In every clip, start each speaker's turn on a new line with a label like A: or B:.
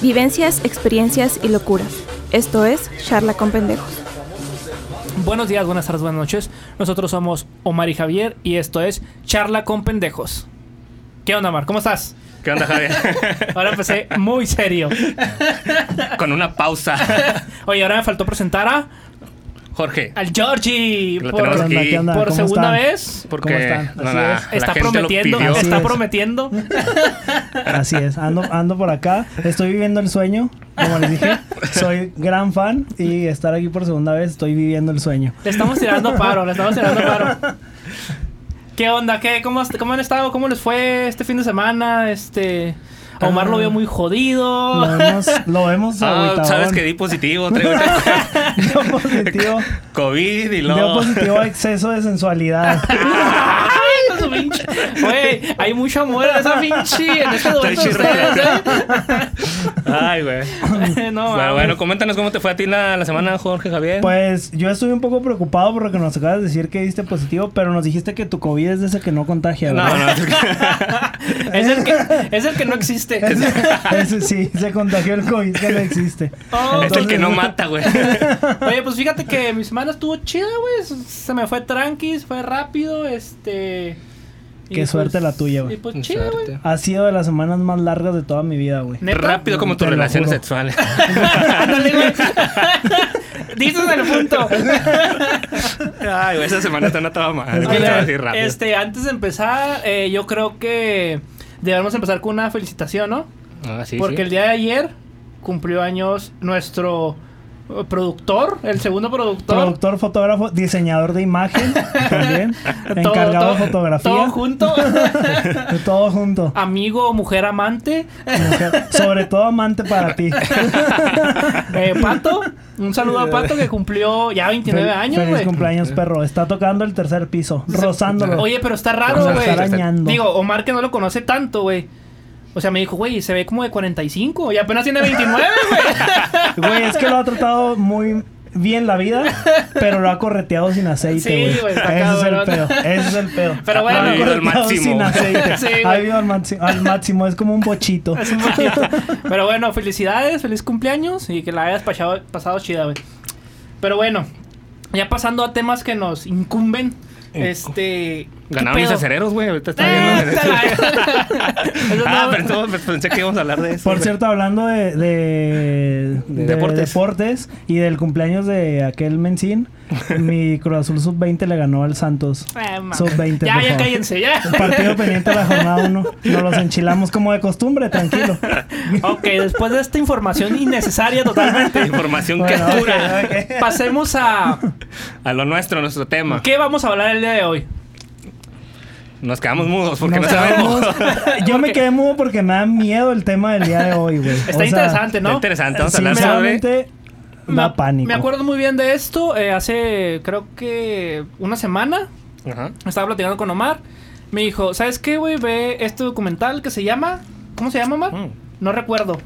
A: Vivencias, experiencias y locuras. Esto es Charla con Pendejos.
B: Buenos días, buenas tardes, buenas noches. Nosotros somos Omar y Javier y esto es Charla con Pendejos. ¿Qué onda, Omar? ¿Cómo estás?
C: ¿Qué onda, Javier?
B: Ahora empecé muy serio.
C: Con una pausa.
B: Oye, ahora me faltó presentar a,
C: Jorge.
B: al Georgie
C: Lo
B: por,
C: tenemos aquí.
D: ¿Qué onda?
B: por
D: ¿Cómo
B: segunda
D: están?
B: vez.
C: Porque
D: ¿Cómo están?
C: la-
D: Así
C: la
D: es.
B: Está
C: gente lo
B: prometiendo,
C: pidió.
B: está
D: Así es.
B: prometiendo.
D: Así es, ando, ando por acá. Estoy viviendo el sueño, como les dije. Soy gran fan y estar aquí por segunda vez estoy viviendo el sueño.
B: Le estamos tirando paro, le estamos tirando paro. ¿Qué onda? ¿Qué? ¿Cómo, has- cómo han estado? ¿Cómo les fue este fin de semana? Este. A Omar
D: Ah.
B: lo vio muy jodido.
D: Lo vemos, lo vemos
C: Ah,
D: agüitadón.
C: sabes que di positivo, traigo
D: Dio positivo,
C: COVID y
D: dio
C: luego.
D: positivo a exceso de sensualidad.
B: ¡Ay, con su pinche! Güey, hay mucho amor en esa pinche. En ese dueto de
C: Está
B: ustedes,
C: Ay, güey.
B: ¿eh? No,
C: Bueno,
B: mames.
C: bueno, coméntanos cómo te fue a ti la, la semana, Jorge Javier.
D: Pues yo estuve un poco preocupado por lo que nos acabas de decir que diste positivo, pero nos dijiste que tu COVID es de ese que no contagia,
C: no,
D: ¿verdad?
C: no.
B: es, el que, es el que no existe.
D: Ese sí, se contagió el COVID que no existe.
B: Oh,
C: es el que no mata, güey.
B: Oye, pues fíjate que mi semana estuvo chida, güey. Se me fue tranqui, fue rápido, este. y
D: Qué suerte la tuya,
B: Y
D: güey.
B: pues chida, güey.
C: Suerte.
D: Ha sido de las semanas más largas de toda mi vida, güey.
B: ¿Neta?
C: Rápido como
D: Te
C: tus
D: lo
C: relaciones
D: juro.
C: sexuales.
B: Ándale, güey. Dices en el punto.
C: Ay, güey, esa semana está no estaba mal.
D: Es
B: Oye,
D: que
C: Estaba así rápido.
B: este, antes de empezar, eh, yo creo que debemos empezar con una felicitación, ¿no?
C: Ah, sí,
B: Porque
C: sí.
B: el día de ayer cumplió años nuestro eh, productor, el segundo productor.
D: Productor, fotógrafo, diseñador de imagen también. encargado de fotografía.
B: Todo junto.
D: de todo junto.
B: Amigo, mujer, amante.
D: Mujer. Sobre todo amante para ti.
B: Eh, Pato. Un saludo a Pato que cumplió ya 29
D: Fel-
B: años,
D: Feliz
B: güey.
D: cumpleaños, perro. Está tocando el tercer piso, rozándolo.
B: Oye, pero está
D: Nos
B: raro,
C: Vamos a
D: está
C: estar
B: güey.
C: ahí.
D: arañando.
B: Digo, Omar que no lo conoce tanto, güey. O sea, me dijo, güey, se ve como de 45 y apenas tiene 29, güey.
D: Güey, es que lo ha tratado muy bien la vida, pero lo ha correteado sin aceite,
B: Sí,
D: güey.
B: güey, está
D: Ese es el
B: cabrón.
D: pedo. Ese es el pedo.
B: Pero bueno.
D: Lo
B: Ha
C: vivido al
D: correteado
C: máximo.
D: Sin aceite.
B: Sí, güey.
D: ha vivido al, máxi- al máximo. Es como un bochito.
B: Es un poquito. Pero bueno, felicidades, feliz cumpleaños y que la hayas pasado, pasado chida, güey. Pero bueno, ya pasando a temas que nos incumben.
D: Eh,
B: Este.
C: Ganaron mis
B: aceleros.
C: acereros, güey. Ahorita está
B: Eh,
C: viendo. Ah, pero
B: no,
C: entonces pensé que íbamos a hablar de eso.
D: Por
C: güey.
D: cierto, hablando de, de- de
C: Deportes.
D: deportes. y del cumpleaños de aquel Mencín, mi Cruz Azul Sub-20 le ganó al Santos.
B: Ah, mames.
D: Sub-20,
B: Ya,
D: por
B: ya
D: favor.
B: cállense, ya.
D: Partido pendiente de la jornada 1. Nos los enchilamos como de costumbre, tranquilo.
B: Ok, después de esta información innecesaria totalmente,
C: Información
D: Bueno,
C: que
D: ok,
C: dura.
D: ok.
B: pasemos a
C: A lo nuestro, nuestro tema.
B: qué vamos a hablar el día de hoy.
C: Nos quedamos mudos porque no,
D: Nos
C: sabemos.
D: quedamos- Yo me quedé mudo porque me da miedo el tema del día de hoy, güey.
B: Está interesante,
C: Está
B: ¿no?
C: interesante, vamos a hablar sobre.
D: Sinceramente,
B: Me,
D: da pánico.
B: me acuerdo muy bien de esto. eh, hace creo que una semana
C: Ajá.
B: estaba platicando con Omar. Me dijo, ¿sabes qué, güey? Ve este documental que se llama... ¿Cómo se llama, Omar?
C: Mm.
B: No recuerdo.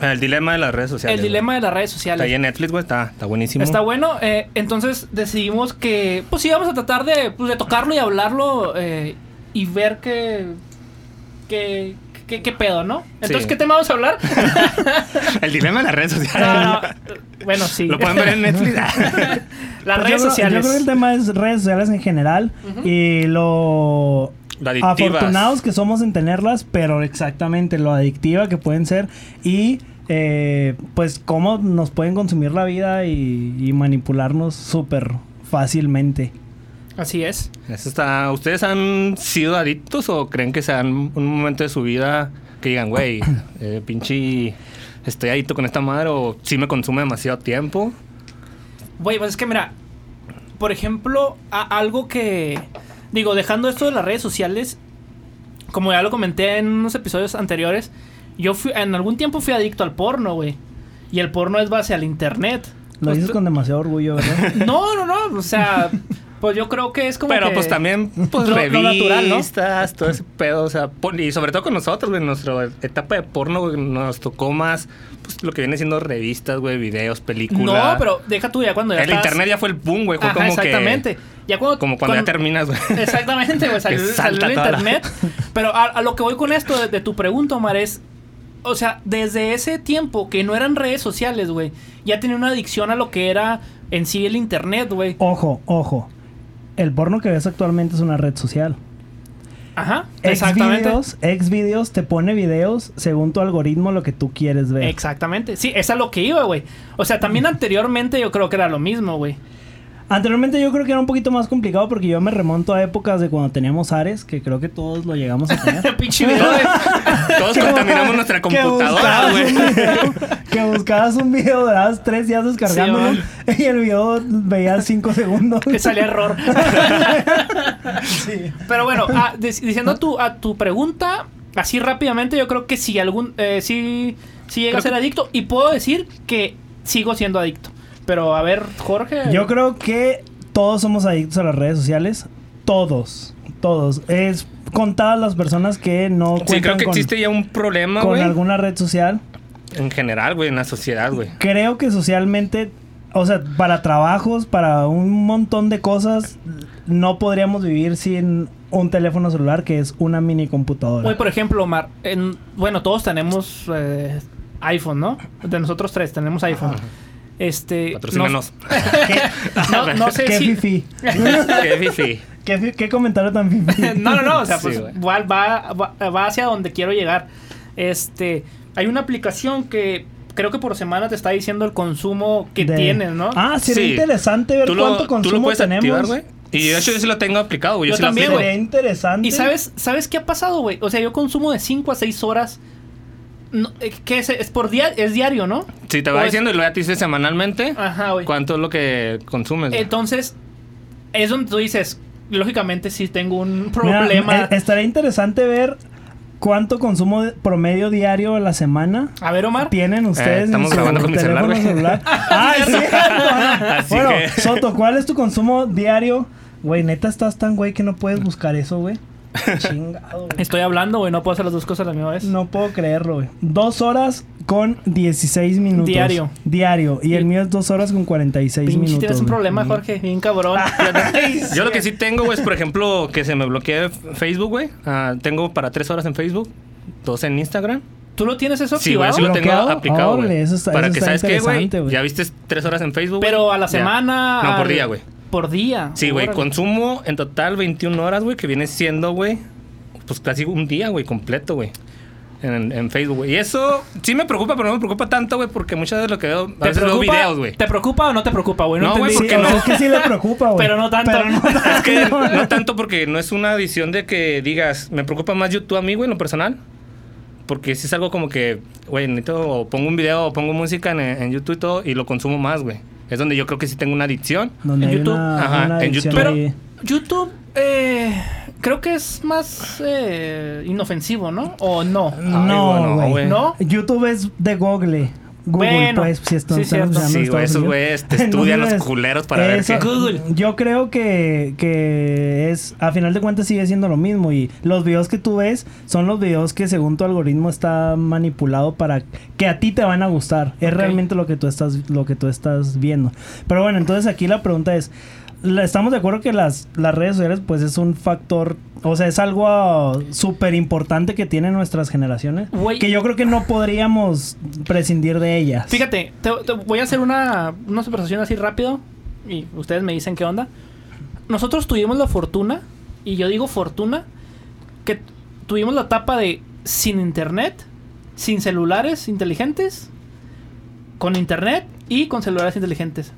C: El dilema de las redes sociales.
B: El dilema
C: güey.
B: de las redes
C: Está ahí
B: sociales.
C: en Netflix, güey. Está, está buenísimo.
B: Está bueno. eh, entonces decidimos que, pues íbamos a tratar de, pues, de tocarlo y hablarlo eh, y ver qué... qué qué- qué pedo, ¿no? Entonces,
C: Sí.
B: ¿qué tema vamos a hablar?
C: El dilema de las redes sociales.
B: No, no, Bueno, sí.
C: Lo pueden ver en Netflix.
B: Las
D: Pues yo
B: redes
D: creo-
B: sociales.
D: Yo creo que el tema es redes sociales en general y lo
C: Lo adictivas.
D: afortunados que somos en tenerlas, pero exactamente lo adictiva que pueden ser y eh, pues cómo nos pueden consumir la vida y, y manipularnos súper fácilmente.
B: Así es.
C: Eso está. ¿Ustedes han sido adictos o creen que sean un momento de su vida que digan, güey, eh, pinche, estoy adicto con esta madre o sí me consume demasiado tiempo?
B: Güey, pues es que mira, por ejemplo, a- algo que. Digo, dejando esto de las redes sociales, como ya lo comenté en unos episodios anteriores, yo fui, en algún tiempo fui adicto al porno, güey. Y el porno es base al internet.
D: Lo
B: Pues
D: dices
B: tú-
D: con demasiado orgullo, ¿verdad?
B: No, no, no. O sea, Pues yo creo que es como.
C: Pero
B: que-
C: pues también, pues
B: Lo- lo
C: revistas,
B: natural, ¿no?
C: todo ese pedo, o sea, por- y sobre todo con nosotros, güey, en nuestra etapa de porno güey, nos tocó más pues, lo que viene siendo revistas, güey, videos, películas.
B: No, pero deja tú ya cuando ya
C: El
B: estás-
C: internet ya fue el boom, güey, fue
B: Ajá,
C: como
B: exactamente. Ya cuando,
C: que... Como cuando ya
B: cuando-
C: terminas, güey.
B: Exactamente, güey. Salió,
C: Que
B: salió
C: salta
B: el
C: toda la-
B: internet. Pero a, a lo que voy con esto de, de tu pregunta, Omar, es. O sea, desde ese tiempo que no eran redes sociales, güey, ya tenía una adicción a lo que era en sí el internet, güey.
D: Ojo, ojo. El porno que ves actualmente es una red social.
B: Ajá, exactamente.
D: Exvideos, Xvideos te pone videos según tu algoritmo lo que tú quieres ver.
B: Exactamente. Sí, es a lo que iba, güey. O sea, también anteriormente yo creo que era lo mismo, güey.
D: Anteriormente yo creo que era un poquito más complicado porque yo me remonto a épocas de cuando teníamos Ares, que creo que todos lo llegamos a tener.
B: Pinche video de-
C: Todos contaminamos nuestra
D: Que buscabas
C: computadora, güey.
D: un video- Que buscabas un video, durabas tres días descargándolo
B: Sí,
D: y el video veías cinco segundos.
B: que salía error.
D: Sí.
B: Pero bueno, a- de- diciendo a tu, a tu pregunta, así rápidamente, yo creo que si algún. Eh, sí, sí llega a ser adicto. Y puedo decir que sigo siendo adicto. Pero a ver, Jorge.
D: Yo creo que todos somos adictos a las redes sociales. Todos. Todos. Es contadas las personas que no
C: Sí, creo
D: cuentan
C: que
D: con,
C: existe ya un problema,
D: con
C: güey.
D: alguna red social.
C: En general, güey, en la sociedad, güey.
D: Creo que socialmente, o sea, para trabajos, para un montón de cosas, no podríamos vivir sin un teléfono celular que es una mini computadora.
B: Güey, por ejemplo, Omar. en- bueno, todos tenemos eh, iPhone, ¿no? De nosotros tres tenemos iPhone. Este. no,
C: Patrocínanos.
B: no, no sé
D: qué
B: si.
D: fifi.
C: Qué difícil.
D: ¿Qué, fi- qué comentario tan fifi.
B: no, no, no. O sea,
C: Sí,
B: pues
C: güey.
B: va, va, va- va hacia donde quiero llegar. Este, hay una aplicación que creo que por semana te está diciendo el consumo que
D: De-
B: tienes, ¿no?
D: Ah, sería
C: Sí.
D: interesante ver
C: Tú lo-
D: cuánto
C: tú lo
D: consumo
C: puedes
D: tenemos.
C: activar, güey. Y de hecho yo sí lo tengo aplicado, güey. Yo,
B: Yo
C: sí lo
B: también,
C: aplico.
B: güey.
D: Sería interesante.
B: y sabes, ¿sabes qué ha pasado, güey? O sea, yo consumo de 5 a 6 horas. No, eh, ¿Qué es? Es por día, es diario, ¿no?
C: Si te va
B: Pues-
C: diciendo y lo ya te dice semanalmente,
B: Ajá, güey.
C: ¿cuánto es lo que consumes? güey?
B: Entonces, es donde tú dices, lógicamente sí tengo un
D: Mira,
B: problema.
D: eh, estaría interesante ver cuánto consumo de- promedio diario a la semana
B: a ver, Omar.
D: tienen ustedes en
C: Eh, estamos
D: su
C: grabando con mi celular,
D: teléfono
C: güey.
D: celular. ah, sí.
C: Así
D: bueno,
C: que-
D: Soto, ¿cuál es tu consumo diario? Güey, neta estás tan güey que no puedes buscar eso, güey. Chingado, güey.
B: Estoy hablando, güey, no puedo hacer las dos cosas a la misma vez.
D: No puedo creerlo, güey. Dos horas con 16 minutos.
B: Diario.
D: Diario. Y el mío es dos horas con 46
B: Pinche,
D: minutos.
B: tienes un
D: güey.
B: problema, Jorge, bien cabrón.
C: Yo lo que sí tengo, güey, es por ejemplo que se me bloquee Facebook, güey. Ah, tengo para tres horas en Facebook, dos en Instagram.
B: ¿Tú lo tienes eso
C: Sí, güey,
B: activado?
C: sí lo tengo
D: ¿Bloqueado?
C: aplicado,
D: Órale,
C: güey.
D: eso está-
C: Para
D: eso
C: que
D: está
C: sabes qué, güey.
D: interesante, güey.
C: Ya viste tres horas en Facebook. güey,
B: Pero a la
C: ya.
B: semana.
C: No, por
B: al-
C: día, güey.
B: Por día.
C: Sí, güey.
B: Órale.
C: Consumo en total 21 horas, güey, que viene siendo, güey, pues casi un día, güey, completo, güey. En, en Facebook, güey. Y eso sí me preocupa, pero no me preocupa tanto, güey, porque muchas veces lo que veo, a
B: ¿Te
C: veces veo
B: preocupa,
C: videos, güey.
B: ¿Te preocupa o no te preocupa, güey?
C: No, güey,
B: entendí.
D: Sí,
C: porque
D: o sea,
C: no-
D: Es que sí le preocupa, güey.
B: Pero no tanto.
D: Pero no tanto.
C: Es que no tanto porque no es una edición de que digas, me preocupa más YouTube a mí, güey, en lo personal. Porque si es algo como que, güey, necesito, o pongo un video o pongo música en, en YouTube y todo, y lo consumo más, güey. Es donde yo creo que sí tengo una adicción.
D: Donde
B: En
D: hay
B: YouTube,
D: una-
C: ajá,
D: una
C: en
D: adicción
C: YouTube.
D: ahí.
B: YouTube, eh, creo que es más eh, inofensivo, ¿no? ¿O no?
C: bueno,
D: No, güey.
C: güey.
B: ¿No?
D: YouTube es de Google. Google,
B: Bueno,
D: pues, si están
B: sí, cierto.
D: usando
C: Sí, güey,
D: Estados
C: esos
D: Unidos.
C: güeyes te estudian los
D: Entonces,
C: culeros para ver
D: eso-
C: qué.
B: Google.
D: Yo creo que, que es, a final de cuentas sigue siendo lo mismo y los videos que tú ves son los videos que según tu algoritmo está manipulado para que a ti te van a gustar. Es
B: Ok.
D: realmente lo que tú estás lo que tú estás viendo. Pero bueno, entonces aquí la pregunta es la- Estamos de acuerdo que las, las redes sociales pues es un factor, o sea, es algo ah, súper importante que tienen nuestras generaciones,
B: Güey.
D: que yo creo que no podríamos prescindir de ellas.
B: Fíjate, te, te voy a hacer una, una conversación así rápido y ustedes me dicen qué onda. Nosotros tuvimos la fortuna, y yo digo fortuna, que tuvimos la etapa de sin internet, sin celulares inteligentes, con internet y con celulares inteligentes.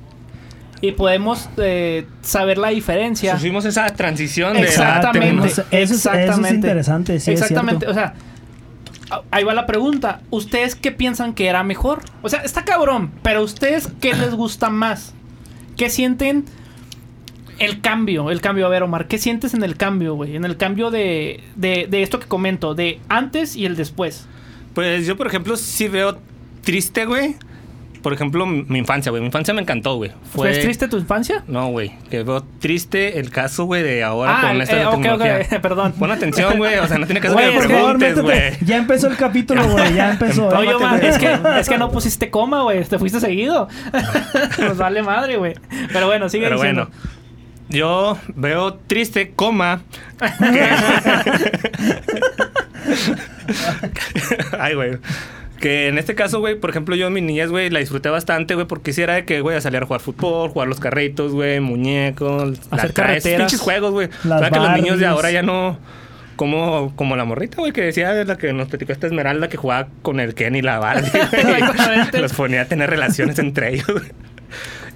B: Y podemos eh, saber la diferencia.
C: Sufrimos esa transición de
B: Exactamente.
C: la
D: Tenemos- eso, es- eso es
B: Exactamente.
D: interesante, sí, es
B: Exactamente,
D: cierto.
B: o sea, a- ahí va la pregunta. ¿Ustedes qué piensan que era mejor? O sea, está cabrón, pero ¿ustedes qué les gusta más? ¿Qué sienten el cambio? El cambio, a ver, Omar, ¿qué sientes en el cambio, güey? En el cambio de, de, de esto que comento, de antes y el después.
C: Pues yo, por ejemplo, sí veo triste, güey. por ejemplo, mi mi infancia, güey. Mi infancia me encantó, güey.
B: ¿Fue triste tu infancia?
C: No, güey. Que veo triste el caso, güey, de ahora
B: Ah,
C: con
B: el-
C: esta
B: eh, ok, ok,
C: tecnología.
B: perdón.
C: Pon atención, güey. O sea, no tiene que
B: Güey,
C: hacer
B: es que-
C: preguntas, güey.
D: métete. pues, Ya empezó el capítulo, güey. Ya empezó.
B: No,
C: Tómate,
B: yo, man,
C: güey.
B: es, que, es que no pusiste coma, güey. Te fuiste seguido. Nos vale madre, güey. Pero bueno, sigue
C: Pero
B: diciendo.
C: bueno. Yo veo triste, coma. que- Ay, güey. Que en este caso, güey, por ejemplo, yo en mi niñez, güey, la disfruté bastante, güey, porque quisiera de que, güey, a salir a jugar fútbol, jugar los carritos, güey, muñecos,
B: Hacer
C: las traes,
B: carreteras.
C: pinches juegos, güey.
D: Las
C: ¿Sabes que los niños de
D: Barbies.
C: ahora ya no. Como, como la morrita, güey, que decía, la que nos platicó esta Esmeralda que jugaba con el Ken y la Barbie,
B: Exactamente.
C: güey. los ponía a tener relaciones entre ellos, güey.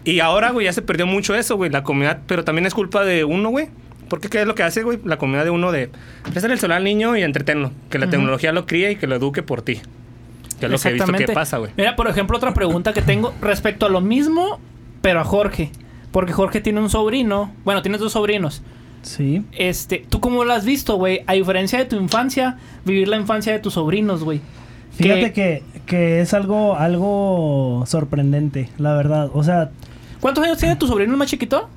C: Y ahora, güey, ya se perdió mucho eso, güey, la comunidad. Pero también es culpa de uno, güey. Porque ¿qué es lo que hace, güey? La comunidad de uno de prestar el celular al niño y entretenlo. Que la tecnología lo críe y que lo eduque por ti. Que es lo que he visto que
B: Exactamente.
C: pasa, güey.
B: Mira, por ejemplo, otra pregunta que tengo respecto a lo mismo, pero a Jorge. Porque Jorge tiene un sobrino. Bueno, tienes dos sobrinos.
D: Sí.
B: Este, ¿tú cómo lo has visto, güey? A diferencia de tu infancia, vivir la infancia de tus sobrinos, güey.
D: Fíjate
B: Que-
D: que, que es algo, algo sorprendente, la verdad. O sea,
B: ¿Cuántos años tiene tu sobrino el más chiquito?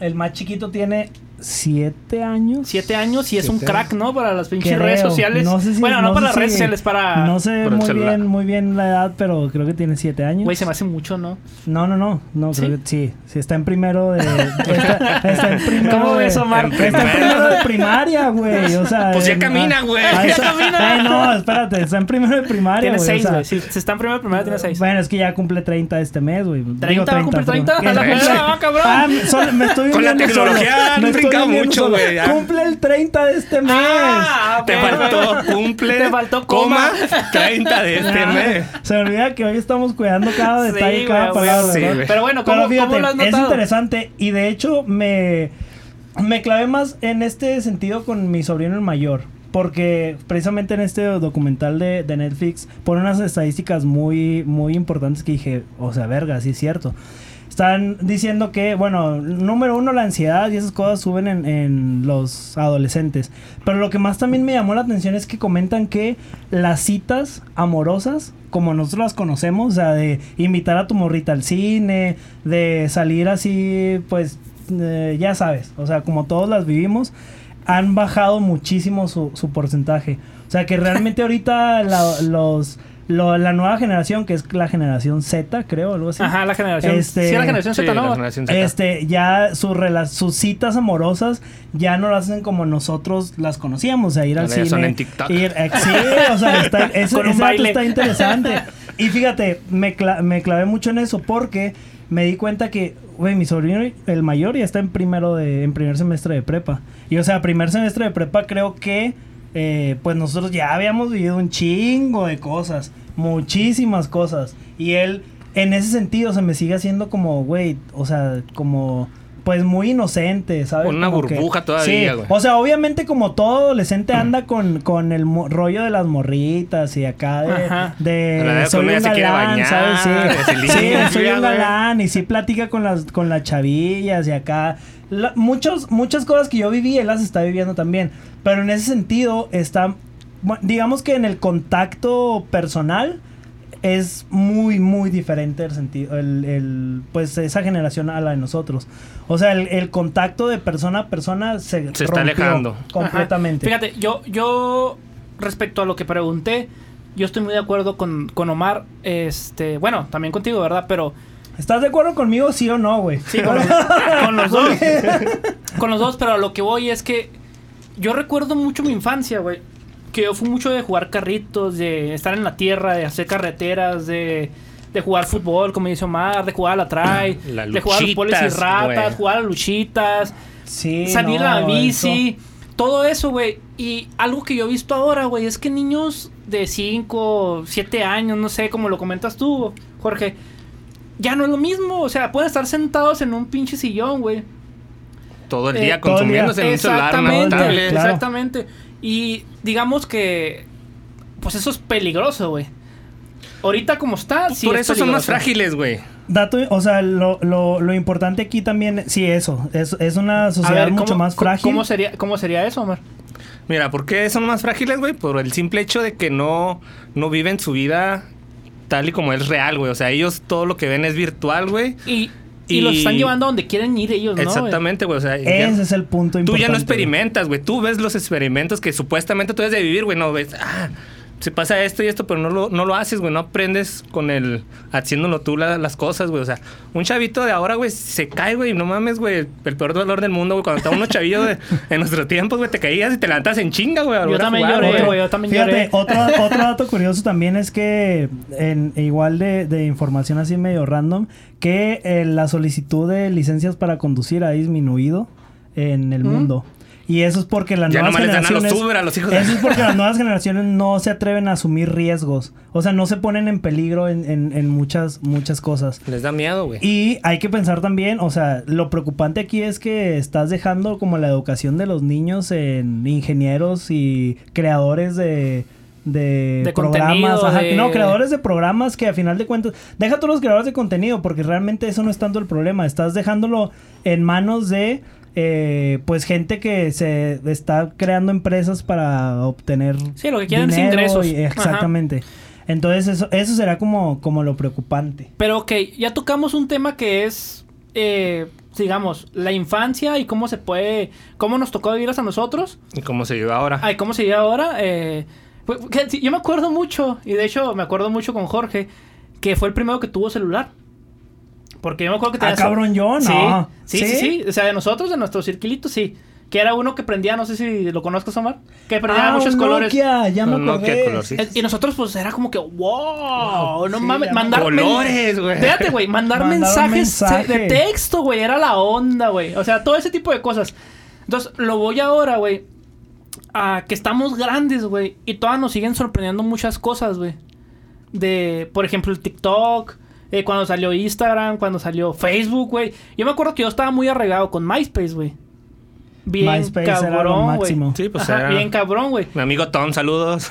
D: el más chiquito tiene siete años.
B: Siete años y es un
C: Siete
B: crack, ¿no? Para las pinches
D: Creo.
B: redes sociales.
D: No sé si-
B: bueno, no,
D: sé
B: para las
D: si-
B: redes sociales, para...
D: No sé
C: Por el
D: muy
C: celular.
D: bien, muy bien la edad, pero creo que tiene siete años.
B: Güey, se me hace mucho, ¿no?
D: No, no, no. No,
B: ¿Sí?
D: creo que sí. Sí, está en primero de. Está, está en primero
B: ¿Cómo
D: de,
B: ves, Omar?
D: Está en primero de primaria, güey. O sea.
C: Pues ya
D: en-
C: camina, güey.
D: ah,
C: Ya
D: está-
B: camina.
D: Ay, no, espérate. Está en primero de primaria.
B: Tiene
D: güey,
B: seis,
D: o sea,
B: Ah, güey. Si, si está en primera, primera tiene seis.
D: Bueno, es que ya cumple 30 este mes, güey. Digo,
B: ¿30? ¿Va a cumplir 30?
D: perdón.
B: ¡A la
D: ¿Qué?
B: verga, va, cabrón!
D: Ah, me- solo- me estoy
C: Con la
D: uniendo
C: tecnología
D: solo.
C: han
D: Me estoy
C: brincado
D: uniendo
C: mucho,
D: solo.
C: güey, ya.
D: Cumple el 30 de este mes.
B: Ah,
C: Te
B: ok,
C: faltó
B: güey.
C: cumple.
B: Te faltó
C: coma.
B: coma.
C: 30 de este
D: Ah,
C: mes.
D: Se me olvida que hoy estamos cuidando cada
B: Sí,
D: detalle, y
B: güey,
D: cada
B: güey.
D: palabra.
C: Sí,
D: ¿no?
C: güey.
B: Pero bueno,
D: Pero
B: ¿cómo,
D: fíjate,
B: ¿cómo lo has
D: es
B: notado?
D: interesante y de hecho me, me clavé más en este sentido con mi sobrino el mayor. Porque precisamente en este documental de, de Netflix pone unas estadísticas muy, muy importantes que dije, o sea, verga, sí es cierto. Están diciendo que, bueno, número uno, la ansiedad y esas cosas suben en, en los adolescentes. Pero lo que más también me llamó la atención es que comentan que las citas amorosas, como nosotros las conocemos, o sea, de invitar a tu morrita al cine, de salir así, pues, eh, ya sabes, o sea, como todos las vivimos, han bajado muchísimo su, su porcentaje. O sea que realmente ahorita la, los, lo- la nueva generación, que es la generación Z, creo, algo así.
B: Ajá, la generación...
D: Este-
B: Sí, la generación
C: Sí,
B: Z,
C: la
B: ¿no?
C: generación Z.
D: Este, ya sus rela- sus citas amorosas ya no las hacen como nosotros las conocíamos, o sea, ir al
C: Ahora ya
D: cine.
C: son en TikTok.
D: ir- eh, sí, o sea, está, ese,
B: Con un
D: ese dato
B: baile.
D: está interesante. Y fíjate, me, cla- me clavé mucho en eso porque me di cuenta que, güey, mi sobrino, el mayor, ya está en primero de, en primer semestre de prepa. Y o sea, primer semestre de prepa creo que, eh, pues nosotros ya habíamos vivido un chingo de cosas, muchísimas cosas. Y él, en ese sentido, se me sigue haciendo como, güey, o sea, como... Pues muy inocente, ¿sabes?
C: Con una
D: Como que-
C: burbuja todavía,
D: Sí,
C: güey.
D: o sea, obviamente como todo adolescente anda con, con el mo- rollo de las morritas y acá
B: Ajá.
D: de... de
C: A la edad que
D: soy
C: uno ya
D: un
C: se quiere
D: galán,
C: bañar,
D: ¿sabes? Sí,
C: se
D: Sí,
C: limpia,
D: soy un
C: güey.
D: galán y sí platica con las, con las chavillas y acá... La- muchos, muchas cosas que yo viví, él las está viviendo también. Pero en ese sentido está... bueno, digamos que en el contacto personal es muy, muy diferente el sentido, el, el- pues esa generación a la de nosotros. O sea, el, el contacto de persona a persona se,
C: Se está
D: rompió
C: alejando.
B: Ajá.
D: completamente.
B: Fíjate, yo, yo respecto a lo que pregunté, yo estoy muy de acuerdo con, con Omar. Este, bueno, también contigo, ¿verdad? Pero
D: ¿Estás de acuerdo conmigo, sí o no, güey?
B: sí, con los, con los dos. Con los dos, pero a lo que voy es que yo recuerdo mucho mi infancia, güey. Que yo fui mucho de jugar carritos, de estar en la tierra, de hacer carreteras, de, de jugar fútbol, como dice Omar, de jugar a la try,
C: La
B: de jugar a los polis y
C: luchitas,
B: ratas,
C: güey.
B: jugar a luchitas,
D: Sí,
B: salir
D: no,
B: a la
D: eso.
B: bici, todo eso, güey. Y algo que yo he visto ahora, güey, es que niños de 5, 7 años, no sé, como lo comentas tú, Jorge, ya no es lo mismo. O sea, pueden estar sentados en un pinche sillón, güey.
C: Todo el
B: Eh,
C: día
D: todo el día.
C: consumiéndose en un celular, una
B: Exactamente,
C: tablet.
D: claro.
B: exactamente. Y digamos que, pues eso es peligroso, güey. Ahorita como está, sí
C: Por
B: es
C: eso son más
B: peligroso.
C: frágiles, güey.
D: Dato, o sea, lo, lo, lo importante aquí también, sí, eso, es, es una
B: A
D: sociedad
B: ver,
D: mucho
B: ¿cómo-
D: más
B: cómo-
D: frágil.
B: ¿Cómo sería, cómo sería eso, Omar?
C: Mira, ¿por qué son más frágiles, güey? Por el simple hecho de que no, no viven su vida tal y como es real, güey. O sea, ellos todo lo que ven es virtual, güey.
D: Pues
B: Y, y, los
C: Y-
B: están llevando a donde quieren ir ellos, ¿no?
C: Exactamente, güey. O sea, ya-
D: Ese es el punto
C: tú
D: importante.
C: ya no
D: güey.
C: experimentas, güey. Tú ves los experimentos que supuestamente tú debes de vivir, güey. No ves, ah, se pasa esto y esto, pero no lo, no lo haces, güey. No aprendes con el haciéndolo tú la- las cosas, güey. O sea, un chavito de ahora, güey, se cae, güey. No mames, güey. El peor dolor del mundo, güey. Cuando estábamos unos chavillos de- en nuestro tiempo, güey, te caías y te levantas en chinga, güey. a volver a
B: también
C: jugar,
B: lloré,
C: güey.
B: güey. yo también lloré.
D: Fíjate, otro, otro dato curioso también es que, en, igual de, de información así medio random, que eh, la solicitud de licencias para conducir ha disminuido en el mundo. Y eso es porque las
C: Ya
D: nuevas
C: nomás les dan a los
D: generaciones...
C: Uber, a los hijos de-
D: Eso es porque las nuevas generaciones no se atreven a asumir riesgos. O sea, no se ponen en peligro en, en- en muchas, muchas cosas.
C: Les da miedo, güey.
D: Y hay que pensar también, o sea, lo preocupante aquí es que estás dejando como la educación de los niños en ingenieros y creadores de de,
B: De
D: programas,
B: contenido,
D: ajá,
B: de-
D: no, creadores de programas que a final de cuentas, deja todos los creadores de contenido porque realmente eso no es tanto el problema, estás dejándolo en manos de eh, pues gente que se está creando empresas para obtener
B: Sí, lo que quieren es ingresos.
D: y- exactamente. Entonces eso, eso será como, como lo preocupante.
B: Pero ok, ya tocamos un tema que es, eh, digamos, la infancia y cómo se puede, cómo nos tocó vivirlas a nosotros.
C: ¿Y cómo se lleva ahora?
B: Ay, ¿cómo se lleva ahora? Eh, fue- que sí, yo me acuerdo mucho, y de hecho me acuerdo mucho con Jorge, que fue el primero que tuvo celular. Porque yo me acuerdo que
D: Ah,
B: tenías-
D: cabrón, yo,
B: Sí,
D: no.
B: Sí, sí, sí, O sea, de nosotros, de nuestro circulito, sí. Que era uno que prendía, no sé si lo conozcas, Omar. Que prendía
D: Ah,
B: muchos
D: un
B: colores.
D: Nokia, ya me
C: Un Nokia
D: acordé.
C: color, sí.
B: Es- Y nosotros, pues, era como que, wow, no
D: sí,
B: mames,
D: ya
B: mandar men-
C: Colores, güey.
B: Espérate, güey, mandar
D: Mandar
B: mensajes eh,
D: mensaje.
B: de texto, güey, era la onda, güey. O sea, todo ese tipo de cosas. Entonces, lo voy ahora, güey, a que estamos grandes, güey, y todas nos siguen sorprendiendo muchas cosas, güey. De, por ejemplo, el TikTok, eh, cuando salió Instagram, cuando salió Facebook, güey. Yo me acuerdo que yo estaba muy arraigado con MySpace, güey. Bien
D: MySpace era lo
B: cabrón, güey.
D: máximo.
C: Sí, pues
B: Ajá,
C: era-
B: Bien cabrón, güey.
C: Mi amigo Tom, saludos.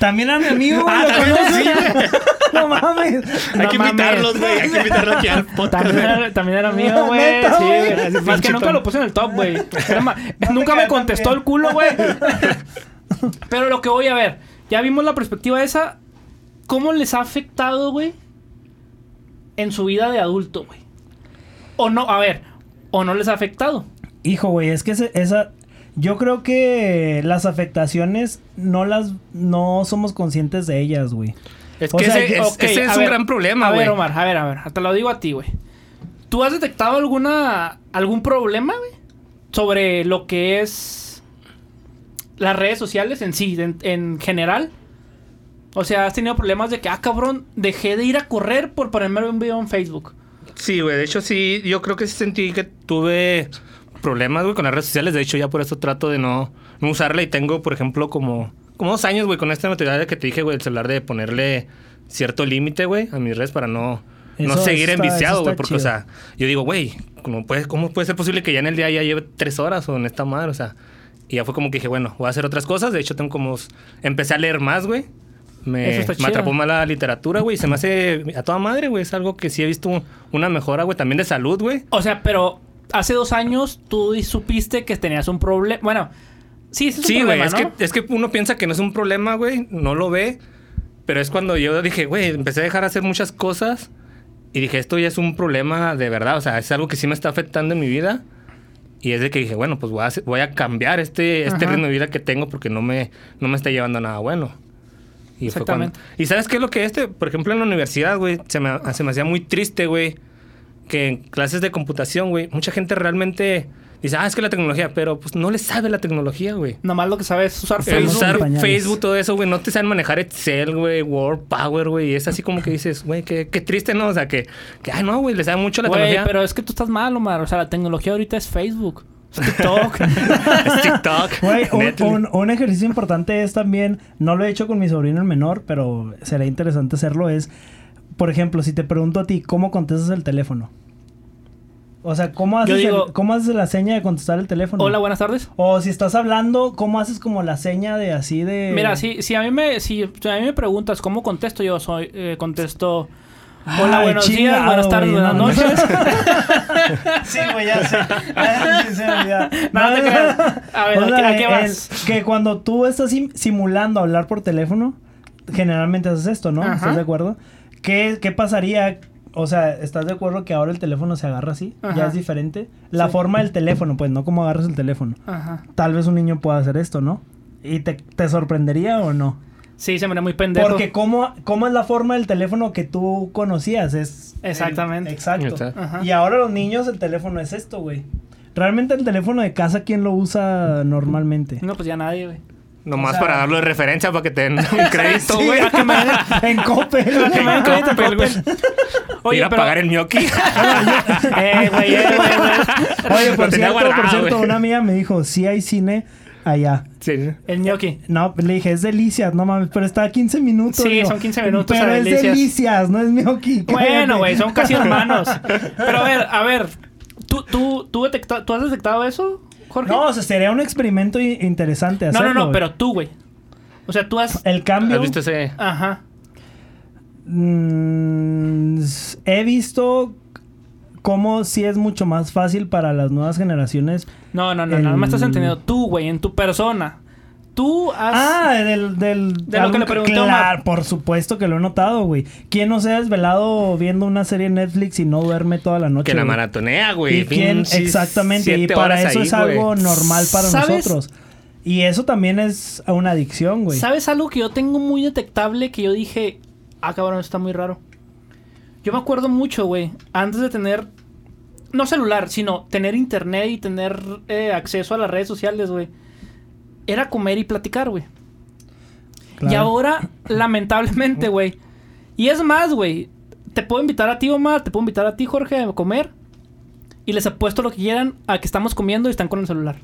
D: También a mi amigo,
C: Ah,
D: lo
C: también
D: conoces.
C: sí,
D: No mames.
C: Hay
B: No
C: que
B: mames.
C: invitarlos, güey. Hay que invitarlos aquí al podcast.
B: También era, también era mío, güey.
D: Neta,
B: Sí,
D: güey.
B: güey.
D: Ese
B: Más que
D: pinche
B: nunca
D: Tom.
B: lo puse en el top, güey. Era ma-
D: No
B: Nunca
D: te
B: me
D: quedas
B: contestó
D: también.
B: el culo, güey. Pero lo que voy a ver, ya vimos la perspectiva esa. ¿Cómo les ha afectado, güey? En su vida de adulto, güey. O no, a ver, o no les ha afectado.
D: Hijo, güey, es que ese- esa. Yo creo que las afectaciones no las. No somos conscientes de ellas, güey.
C: Es
D: O
C: que
D: sea,
C: ese,
D: yo-
C: es-
B: Ok,
C: ese
B: a
C: es un
B: ver,
C: gran problema,
B: A
C: güey.
B: ver, Omar, a ver, a ver. Te lo digo a ti, güey. ¿Tú has detectado alguna algún problema, güey? Sobre lo que es las redes sociales en sí, en, en general. O sea, has tenido problemas de que, ah, cabrón, dejé de ir a correr por ponerme un video en Facebook.
C: Sí, güey. De hecho, sí. Yo creo que sí sentí que tuve problemas, güey, con las redes sociales. De hecho, ya por eso trato de no, no usarla. Y tengo, por ejemplo, como, como dos años, güey, con esta material que te dije, güey, el celular de ponerle cierto límite, güey, a mis redes para no, no
D: Eso
C: seguir
D: está- eso
C: enviciado, güey.
D: está
C: Porque,
D: chido.
C: o sea, yo digo, güey, ¿cómo puede, ¿cómo puede ser posible que ya en el día ya lleve tres horas o en esta madre? O sea, y ya fue como que dije, bueno, voy a hacer otras cosas. De hecho, tengo como. Empecé a leer más, güey.
B: Eso
C: Me,
B: está
C: me
B: chido.
C: atrapó más la literatura, güey. y Se me hace a toda madre, güey. Es algo que sí he visto una mejora, güey. También de salud, güey.
B: O sea, pero hace dos años tú supiste que tenías un problema. Bueno, sí, ese es un
C: Sí, güey.
B: problema,
C: Es,
B: ¿no?
C: que, es que uno piensa que no es un problema, güey. No lo ve. Pero es cuando yo dije, güey, empecé a dejar de hacer muchas cosas. Y dije, esto ya es un problema de verdad. O sea, es algo que sí me está afectando en mi vida. Y es de que dije, bueno, pues voy a, hacer- voy a cambiar este, este
B: Ajá.
C: ritmo de vida que tengo porque no me, no me está llevando a nada bueno. Y fue cuando-
B: Exactamente.
C: ¿Y sabes qué es lo que este? Por ejemplo, en la universidad, güey, se me, se me hacía muy triste, güey, que en clases de computación, güey, mucha gente realmente dice, ah, es que la tecnología, pero pues no le sabe la tecnología, güey.
B: Nomás lo que sabes es usar
C: El
D: Estamos
B: Facebook.
C: usar
D: en pañales.
C: Facebook, todo eso, güey, no te saben manejar Excel, güey, Word, Power, güey, y es así como que dices, güey, qué, qué triste, ¿no? O sea, que, que ay, no, güey, le sabe mucho la
B: Güey,
C: tecnología.
B: pero es que tú estás mal, Omar. O sea, la tecnología ahorita es Facebook, es TikTok.
C: Es TikTok,
D: Güey, un-
C: Netflix.
D: un, un ejercicio importante es también, no lo he hecho con mi sobrino el menor, pero será interesante hacerlo, es, por ejemplo, si te pregunto a ti, ¿cómo contestas el teléfono? O sea, ¿cómo haces, el-
B: digo-
D: ¿cómo haces la seña de contestar el teléfono?
B: Hola, buenas tardes.
D: O si estás hablando, ¿cómo haces como la seña de así de...
B: Mira, si, si a mí me si, si a mí me preguntas cómo contesto, yo soy eh, contesto
D: Ay,
B: Hola, buenos
D: chingado,
B: días, buenas tardes,
D: güey,
B: buenas
D: no, no.
B: noches.
D: Sí, güey, ya sé. Ya, sí, se me olvidaba.
B: No, no te creas. A ver,
D: O
B: ¿a
D: sea,
B: qué- a qué
D: el-
B: vas?
D: que cuando tú estás sim- simulando hablar por teléfono, generalmente haces esto, ¿no?
B: Ajá.
D: ¿Estás de acuerdo? ¿Qué, qué pasaría? O sea, ¿estás de acuerdo que ahora el teléfono se agarra así?
B: Ajá.
D: Ya es diferente. La
B: Sí.
D: forma del teléfono, pues, no como agarras el teléfono.
B: Ajá.
D: Tal vez un niño pueda hacer esto, ¿no? ¿Y te, te sorprendería o no?
B: Sí, se me da muy pendejo.
D: Porque ¿cómo, ¿cómo es la forma del teléfono que tú conocías? Es
B: Exactamente.
D: el- exacto.
C: Exacto.
B: Ajá.
D: Y ahora los niños el teléfono es esto, güey. Realmente el teléfono de casa, ¿quién lo usa normalmente?
B: No, pues ya nadie, güey.
C: Nomás
D: O sea-
C: para darlo de referencia para que te den un crédito, güey.
B: a que me den-
D: en Coppel.
B: a que me den crédito,
C: Coppel,
D: pues.
C: güey.
B: Oye,
C: Ir a
B: pero-
C: pagar el ñoqui.
B: Eh, güey, eh, güey, güey.
D: Oye,
C: Lo
D: por
C: tenía
D: cierto, por
C: guardado,
D: cierto,
C: güey.
D: una amiga me dijo, sí hay cine allá.
C: Sí.
B: El gnocchi.
D: No, le dije, es delicias, no mames, pero está a 15 minutos.
B: Sí, son 15 minutos
D: Pero
B: a
D: es
B: Delicias".
D: delicias, no es Miyoki.
B: Bueno, güey, son casi hermanos. Pero a ver, a ver. ¿Tú, tú, tú, detecta- ¿tú has detectado eso, Jorge?
D: No, o sea, sería un experimento i- interesante
B: no,
D: hacerlo.
B: no, no,
D: güey. Eh.
B: pero tú, güey. O sea, tú has.
D: El cambio...
C: ¿Has visto ese?
B: Ajá.
D: Mm, s- he visto cómo sí es mucho más fácil para las nuevas generaciones.
B: No, no, no, no.
D: El-
B: me estás entendiendo. Tú, güey, en tu persona. Tú has.
D: Ah, del... del
B: De lo que le pregunté a Omar.
D: Claro, por supuesto que lo he notado, güey. ¿Quién no se ha desvelado viendo una serie en Netflix y no duerme toda la noche?
C: Que la
D: güey?
C: maratonea, güey.
D: ¿Y quién?
C: Pinches
D: Exactamente. Y
C: siete
D: para
C: horas
D: eso
C: ahí,
D: es algo
C: güey.
D: normal para
B: ¿Sabes?
D: nosotros. Y eso también es una adicción, güey.
B: ¿Sabes algo que yo tengo muy detectable que yo dije, ah, cabrón, está muy raro? Yo me acuerdo mucho, güey, antes de tener, no celular, sino tener internet y tener eh, acceso a las redes sociales, güey. Era comer y platicar, güey.
D: Claro.
B: Y ahora, lamentablemente, güey. Y es más, güey. Te puedo invitar a ti, Omar, te puedo invitar a ti, Jorge, a comer. Y les apuesto lo que quieran a que estamos comiendo y están con el celular.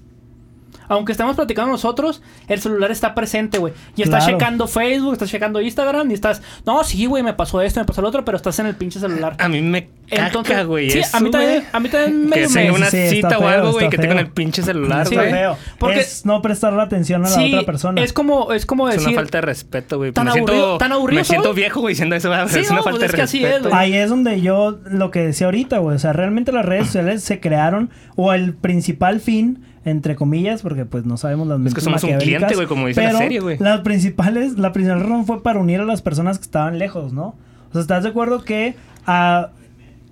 B: Aunque estamos platicando nosotros, el celular está presente, güey. Y estás
D: Claro.
B: checando Facebook, estás checando Instagram y estás... No, sí, güey, me pasó esto, me pasó lo otro, pero estás en el pinche celular.
C: A mí me Ah, caca, güey.
B: sí,
C: eso,
B: a mí también,
C: güey.
B: a mí también
C: Que
B: medio me...
C: tenga una
D: Sí, está
C: cita o
D: feo,
C: algo, güey,
D: está
C: que tengan
D: feo.
C: el pinche celular,
D: Está
B: Sí,
C: güey.
D: feo.
B: Porque-
D: es no prestar la atención a la
B: Sí,
D: otra persona.
B: es como, es como
C: Es
B: decir...
C: una falta de respeto, güey.
B: Tan
C: me siento,
B: aburrido- tan aburrido
C: Me siento
B: soy.
C: viejo, güey, diciendo eso. güey,
B: Sí,
C: es una
B: no,
C: falta
B: pues es
C: de
B: que así es,
C: respeto.
B: güey.
D: Ahí es donde yo lo que decía ahorita, güey. O sea, realmente las redes sociales se crearon o el principal fin, entre comillas, porque pues no sabemos las mentes
C: somos un
D: maquiavélicas,
C: cliente, güey, como dice la
D: pero
C: serie, güey.
D: Las principales, la principal razón fue para unir a las personas que estaban lejos, ¿no? O sea, ¿estás de acuerdo que ah,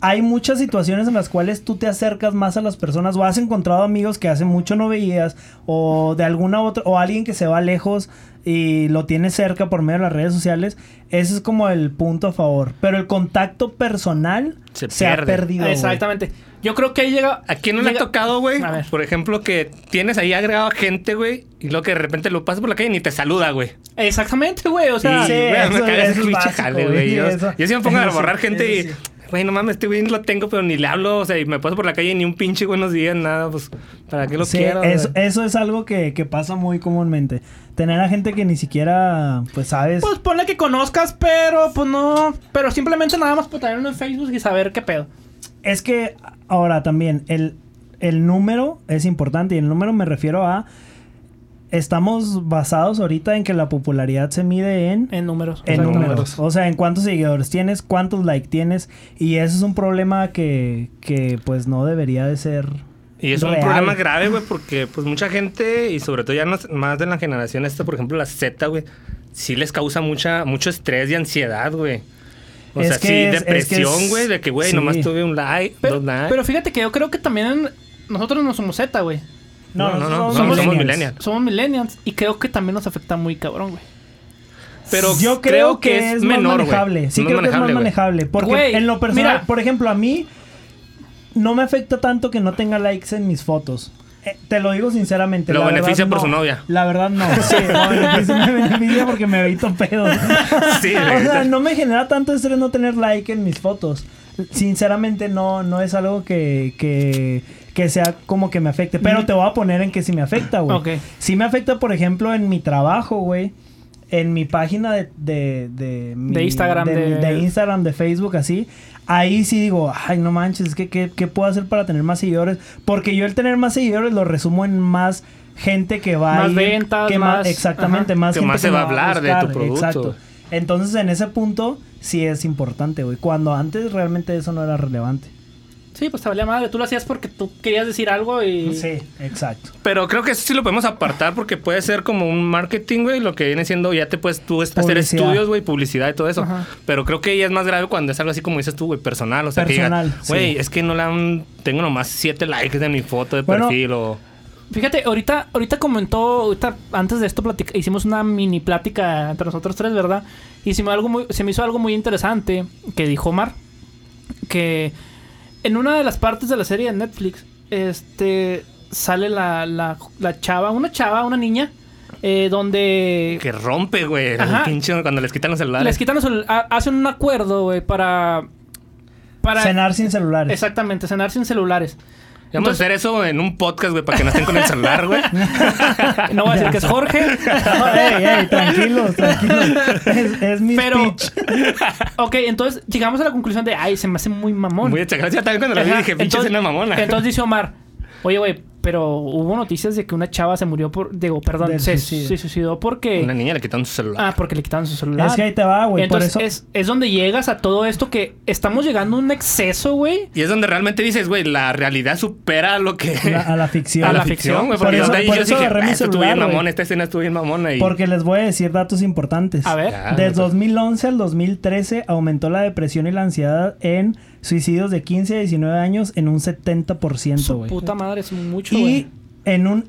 D: hay muchas situaciones en las cuales tú te acercas más a las personas o has encontrado amigos que hace mucho no veías o de alguna otra o alguien que se va lejos y lo tienes cerca por medio de las redes sociales, ese es como el punto a favor, pero el contacto personal se,
C: Se
D: ha
C: pierde.
D: perdido. güey.
B: Exactamente. Yo creo que ahí llega...
C: ¿A quién no le ha
B: llega-
C: tocado, güey?
B: A ver.
C: Por ejemplo, que tienes ahí agregado a gente, güey, y luego que de repente lo pasas por la calle y ni te saluda, güey.
B: Exactamente, güey. O sea,
D: Sí,
C: Y, güey,
D: eso-
C: me caga ese
D: eso es
C: pinche
D: básico,
C: jale,
D: güey,
C: güey. Yo,
D: eso-
C: yo sí me pongo a
D: eso sí,
C: borrar gente y,
D: eso
C: güey, no mames, este güey lo tengo, pero ni le hablo, o sea, y me paso por la calle y ni un pinche buenos días, nada, pues, ¿para qué lo
D: Sí,
C: quiero?
D: eso,
C: güey?
D: eso es algo que, que pasa muy comúnmente. Tener a gente que ni siquiera, pues, sabes.
B: Pues ponle que conozcas, pero pues no. Pero simplemente nada más por tenerlo en Facebook y saber qué pedo.
D: Es que ahora también el, el número es importante y el número me refiero a... Estamos basados ahorita en que la popularidad se mide en...
B: En números.
D: En
B: o sea,
C: números.
D: números. O sea, en cuántos seguidores tienes, cuántos likes tienes. Y eso es un problema que, que pues, no debería de ser...
C: Y es
D: real.
C: un problema grave, güey, porque pues mucha gente, y sobre todo ya nos- más de la generación esta, por ejemplo, la Z, güey, sí les causa mucha, mucho estrés y ansiedad, güey. O
D: Es
C: sea,
D: que
C: sí,
D: es- es que
C: depresión,
D: es-
C: güey, de que, güey,
D: sí.
C: nomás tuve un like,
B: Pero,
C: dos likes.
B: pero fíjate que yo creo que también nosotros no somos Z, güey.
C: No, no, no,
D: nosotros
C: somos- somos
D: millennials.
C: millennials.
B: Somos millennials y creo que también nos afecta muy cabrón, güey.
C: Pero
D: yo creo, que, es, más
C: menor, güey.
D: manejable. Sí,
C: Más
D: creo que es más
C: güey.
D: manejable. Porque
B: Güey,
D: en lo personal,
B: mira.
D: por ejemplo, a mí no me afecta tanto que no tenga likes en mis fotos. Eh, te lo digo sinceramente.
C: Lo
D: la verdad,
C: beneficia por
D: no.
C: su novia.
D: La verdad, no. Sí, no, me beneficia- me beneficia porque me evito pedos.
C: Sí,
D: o
C: güey.
D: sea, no me genera tanto estrés no tener like en mis fotos. Sinceramente, no, no es algo que, que, que sea como que me afecte. Pero te voy a poner en que sí me afecta, güey.
B: Mm. Ok.
D: Sí me afecta, por ejemplo, en mi trabajo, güey. En mi página de... De, mi-
B: De Instagram,
D: De,
B: de-
D: de Instagram, de Facebook, así. Ahí sí digo, ay, no manches, es que ¿qué, qué puedo hacer para tener más seguidores? Porque yo el tener más seguidores lo resumo en más gente que va a
B: Más
D: ir,
B: ventas,
D: que
B: más-
D: Exactamente,
B: ajá.
D: más
C: Que
D: gente
C: más se
D: me
C: va a hablar de
D: buscar,
C: tu producto.
D: Exacto. Entonces, en ese punto, sí es importante, güey. Cuando antes realmente eso no era relevante.
B: Sí, pues te valía madre. Tú lo hacías porque tú querías decir algo y.
D: Sí, exacto.
C: Pero creo que eso sí lo podemos apartar porque puede ser como un marketing, güey, lo que viene siendo ya te puedes tú est- hacer
D: Publicidad.
C: estudios, güey, publicidad y todo eso.
B: Ajá.
C: Pero creo que ya es más grave cuando es algo así como dices tú, güey, personal. O sea, que digas,
D: Personal, sí.
C: güey, es que no le han... Tengo nomás siete likes de mi foto de
D: Bueno.
C: perfil o...
B: Fíjate, ahorita, ahorita comentó, ahorita antes de esto platic- hicimos una mini plática entre nosotros tres, ¿verdad? Y se me, algo muy- se me hizo algo muy interesante que dijo Omar, que en una de las partes de la serie de Netflix, este, sale la, la, la chava, una chava, una niña, eh, donde
C: Que rompe, güey, el
B: Ajá.
C: pinche cuando les quitan los celulares.
B: les quitan los cel- ha- hacen un acuerdo, güey, para... Para...
D: Cenar sin celulares.
B: Exactamente, cenar sin celulares.
C: Vamos a hacer eso en un podcast, güey, para que no estén con el celular, güey.
B: No voy a decir que es Jorge.
D: ey, ey, tranquilos, tranquilos. Es, es mi
B: Pero.
D: speech.
B: ok, entonces llegamos a la conclusión de, ay, se me hace muy mamón.
C: Muy gracias también cuando lo vi
B: Ajá,
C: dije, pinche
B: entonces-
C: cena mamona.
B: Entonces dice Omar, oye, güey, pero hubo noticias de que una chava se murió por. Digo, perdón,
D: Del
B: se,
D: suicidio.
B: se suicidó porque.
D: eh,
C: Una niña le quitaron su celular.
B: Ah, porque le quitaron su celular.
D: Es que ahí te va, güey. Por
B: Entonces
D: eso.
B: es, es donde llegas a todo esto que estamos llegando a un exceso, güey.
C: Y es donde realmente dices, güey, la realidad supera lo que...
D: la- a la ficción.
C: a
B: A
C: la
B: la
C: ficción, güey.
D: Por
C: Porque yo
D: eso-
C: de ahí
D: por
C: yo
D: eso
C: dije,
D: agarré mi
C: "Ah, esto estuvo bien
D: celular, güey.
C: mamón, esta escena estuvo bien mamona. Y...
D: Porque les voy a decir datos importantes.
B: A ver.
C: Ya,
D: Desde
C: güey,
D: 2011 al 2013 aumentó la depresión y la ansiedad en suicidios de 15 a 19 años en un 70%,
B: Su
D: güey.
B: puta madre, es mucho,
D: Y
B: güey.
D: en un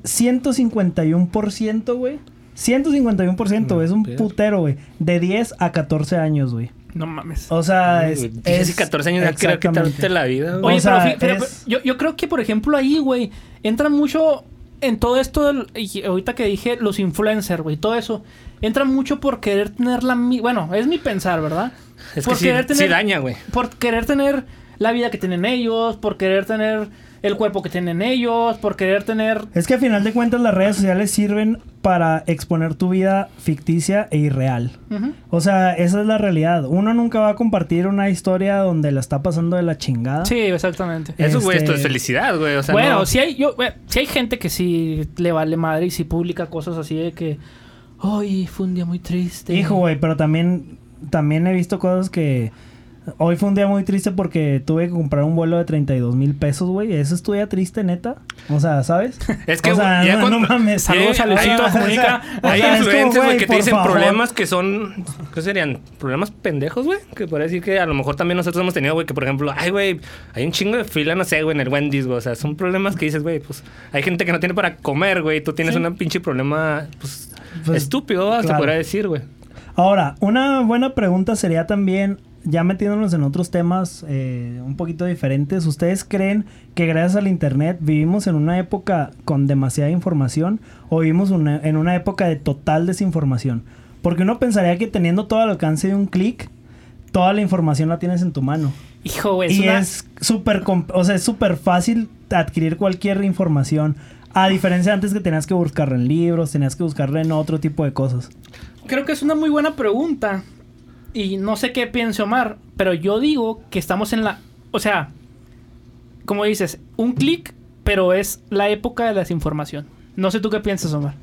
D: 151%, güey. 151%, güey, es un
C: Peor.
D: putero, güey. De 10 a 14 años, güey.
B: No mames.
D: O sea, es...
C: güey, tienes
D: es-
C: 14 años ya quiero quitarte
D: exactamente.
C: la vida, güey.
B: Oye,
D: O sea,
B: pero, fi- pero-
D: es-
B: pero yo, yo creo que, por ejemplo, ahí, güey, entra mucho en todo esto, del- y ahorita que dije los influencers, güey, todo eso, entra mucho por querer tener la... mi- Bueno, es mi pensar, ¿verdad?
C: Es que
B: por
C: sí, sí daña, güey.
B: Por querer tener la vida que tienen ellos, por querer tener el cuerpo que tienen ellos, por querer tener...
D: Es que a final de cuentas las redes sociales sirven para exponer tu vida ficticia e irreal.
B: Ujú.
D: O sea, esa es la realidad. Uno nunca va a compartir una historia donde la está pasando de la chingada.
B: Sí, exactamente.
C: Eso, güey,
D: Este-
C: esto es felicidad, güey. ¿Ah? Eh, O sea,
B: bueno,
C: no-
B: si hay, yo, bueno, sí hay gente que sí le vale madre y sí publica cosas así de que... Hoy fue un día muy triste.
D: Hijo, güey, pero también, también he visto cosas que... Hoy fue un día muy triste porque tuve que comprar un vuelo de 32 mil pesos, güey. Eso es tu día triste, neta. O sea, ¿sabes?
C: Es que
D: o sea,
C: güey, ya
D: no,
C: cuando-
D: no mames.
C: ya-
B: Saludos a
C: hay-
B: Luisito
C: hay-
B: Comunica.
C: o Hay
D: sea, es como,
C: influencers,
D: güey,
C: güey, que te
D: por
C: dicen
D: favor.
C: problemas que son. ¿Qué serían? Problemas pendejos, güey. Que podría decir que a lo mejor también nosotros hemos tenido, güey, que por ejemplo, ay, güey, hay un chingo de fila, no sé, güey, en el Wendy's, güey. O sea, son problemas que dices, güey, pues hay gente que no tiene para comer, güey. Tú tienes un pinche problema, pues,
D: Pues,
C: estúpido, se
D: claro.
C: podría decir, güey.
D: Ahora, una buena pregunta sería también, ya metiéndonos en otros temas eh, un poquito diferentes, ¿ustedes creen que gracias al Internet vivimos en una época con demasiada información o vivimos una- en una época de total desinformación? Porque uno pensaría que teniendo todo al alcance de un clic, toda la información la tienes en tu mano.
B: Hijo, güey, es
D: y
B: Pues una-
D: es súper, comp- o sea, es súper fácil adquirir cualquier información. A diferencia de antes que tenías que buscarla en libros, tenías que buscarla en otro tipo de cosas.
B: creo que es una muy buena pregunta. Y no sé qué piense Omar, pero yo digo que estamos en la... O sea, como dices, un clic, pero es la época de la desinformación. No sé tú qué piensas, Omar.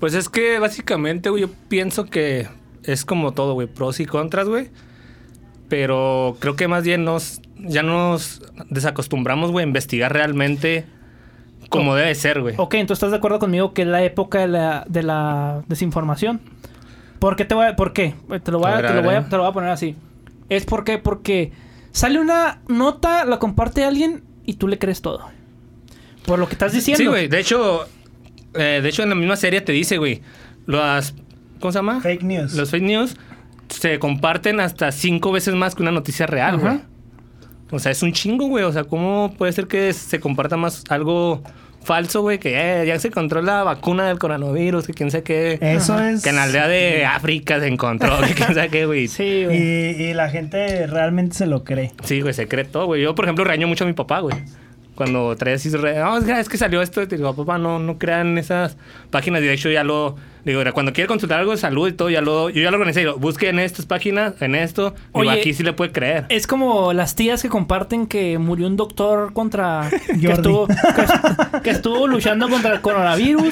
C: Pues es que básicamente, güey, yo pienso que es como todo, güey, pros y contras, güey. Pero creo que más bien nos, ya nos desacostumbramos, güey, a investigar realmente como debe ser, güey.
B: Ok, entonces estás de acuerdo conmigo que es la época de la, de la desinformación. ¿Por qué te voy a, por qué? Te lo voy a,
C: A ver,
B: te lo
C: a ver,
B: voy
C: a
B: a,
C: ver.
B: te lo voy a poner así. Es porque, porque sale una nota, la comparte alguien y tú le crees todo. Por lo que estás diciendo.
C: Sí, güey. De hecho, eh, de hecho en la misma serie te dice, güey, las ¿cómo se llama?
D: Fake news.
C: Los fake news se comparten hasta cinco veces más que una noticia real,
B: Ajá.
C: güey. O sea, es un chingo, güey. O sea, ¿cómo puede ser que se comparta más algo falso, güey? Que eh, ya se encontró la vacuna del coronavirus, que quién sabe qué.
D: Eso es.
C: Que en la aldea de África se encontró, que quién sabe qué, güey.
B: Sí,
D: Y,
B: güey.
D: y la gente realmente se lo cree.
C: Sí, güey, secreto, güey. Yo, por ejemplo, reaño mucho a mi papá, güey. Cuando traía así, re- no, es que- es que salió esto, y te digo, "Ah, papá, no, no crean esas páginas. Y de hecho, ya lo, digo, mira, cuando quiere consultar algo de salud y todo, ya lo, yo ya lo organizé, digo, busque en estas páginas, en esto, digo,
B: Oye. eh,
C: aquí sí le puede creer.
B: Es como las tías que comparten que murió un doctor contra.
D: Jordi.
B: Que estuvo, que, que estuvo luchando contra el coronavirus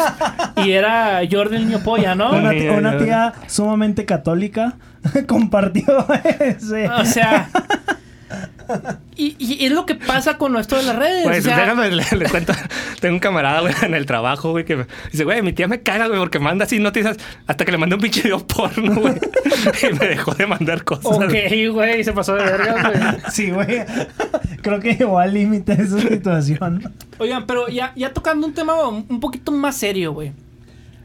B: y era Jordi el niño polla, ¿no?
D: Una,
C: Ay,
D: tía,
C: ay,
D: una
C: ay.
D: tía sumamente católica compartió ese.
B: O sea, Y, y es lo que pasa con esto de las redes.
C: Güey,
B: o sea,
C: Pues, déjame, le, le cuento. Tengo un camarada, güey, en el trabajo, güey, que me- dice, güey, mi tía me caga, güey, porque manda así noticias hasta que le mandé un pinche video porno, güey. y me dejó de mandar cosas.
B: Ok, güey, se pasó de verga, güey.
D: Sí, güey. Creo que llegó al límite de su situación.
B: Oigan, pero ya, ya tocando un tema un un poquito más serio, güey.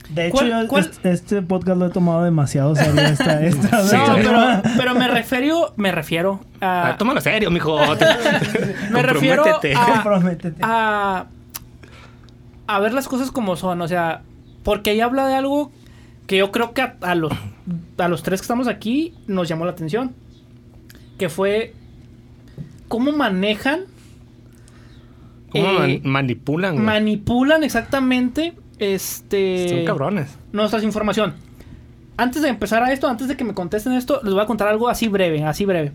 D: De hecho,
B: ¿Cuál-
D: yo
B: cuál-
D: Este, este podcast lo he tomado demasiado serio esta, esta
C: Sí,
B: No,
C: güey.
B: pero, pero me refiero, me refiero
C: Ah,
B: a.
C: tómalo serio, mijo. Te-
B: Me refiero
C: comprométete.
B: a-
D: Comprométete.
B: ah, a, a ver las cosas como son, o sea, porque ella habla de algo que yo creo que a, a los, a los tres que estamos aquí nos llamó la atención, que fue cómo manejan,
C: ¿Cómo man-
B: eh,
C: manipulan, güey?
B: manipulan exactamente este,
C: Son cabrones.
B: nuestra información. Antes de empezar a esto, antes de que me contesten esto, les voy a contar algo así breve, así breve.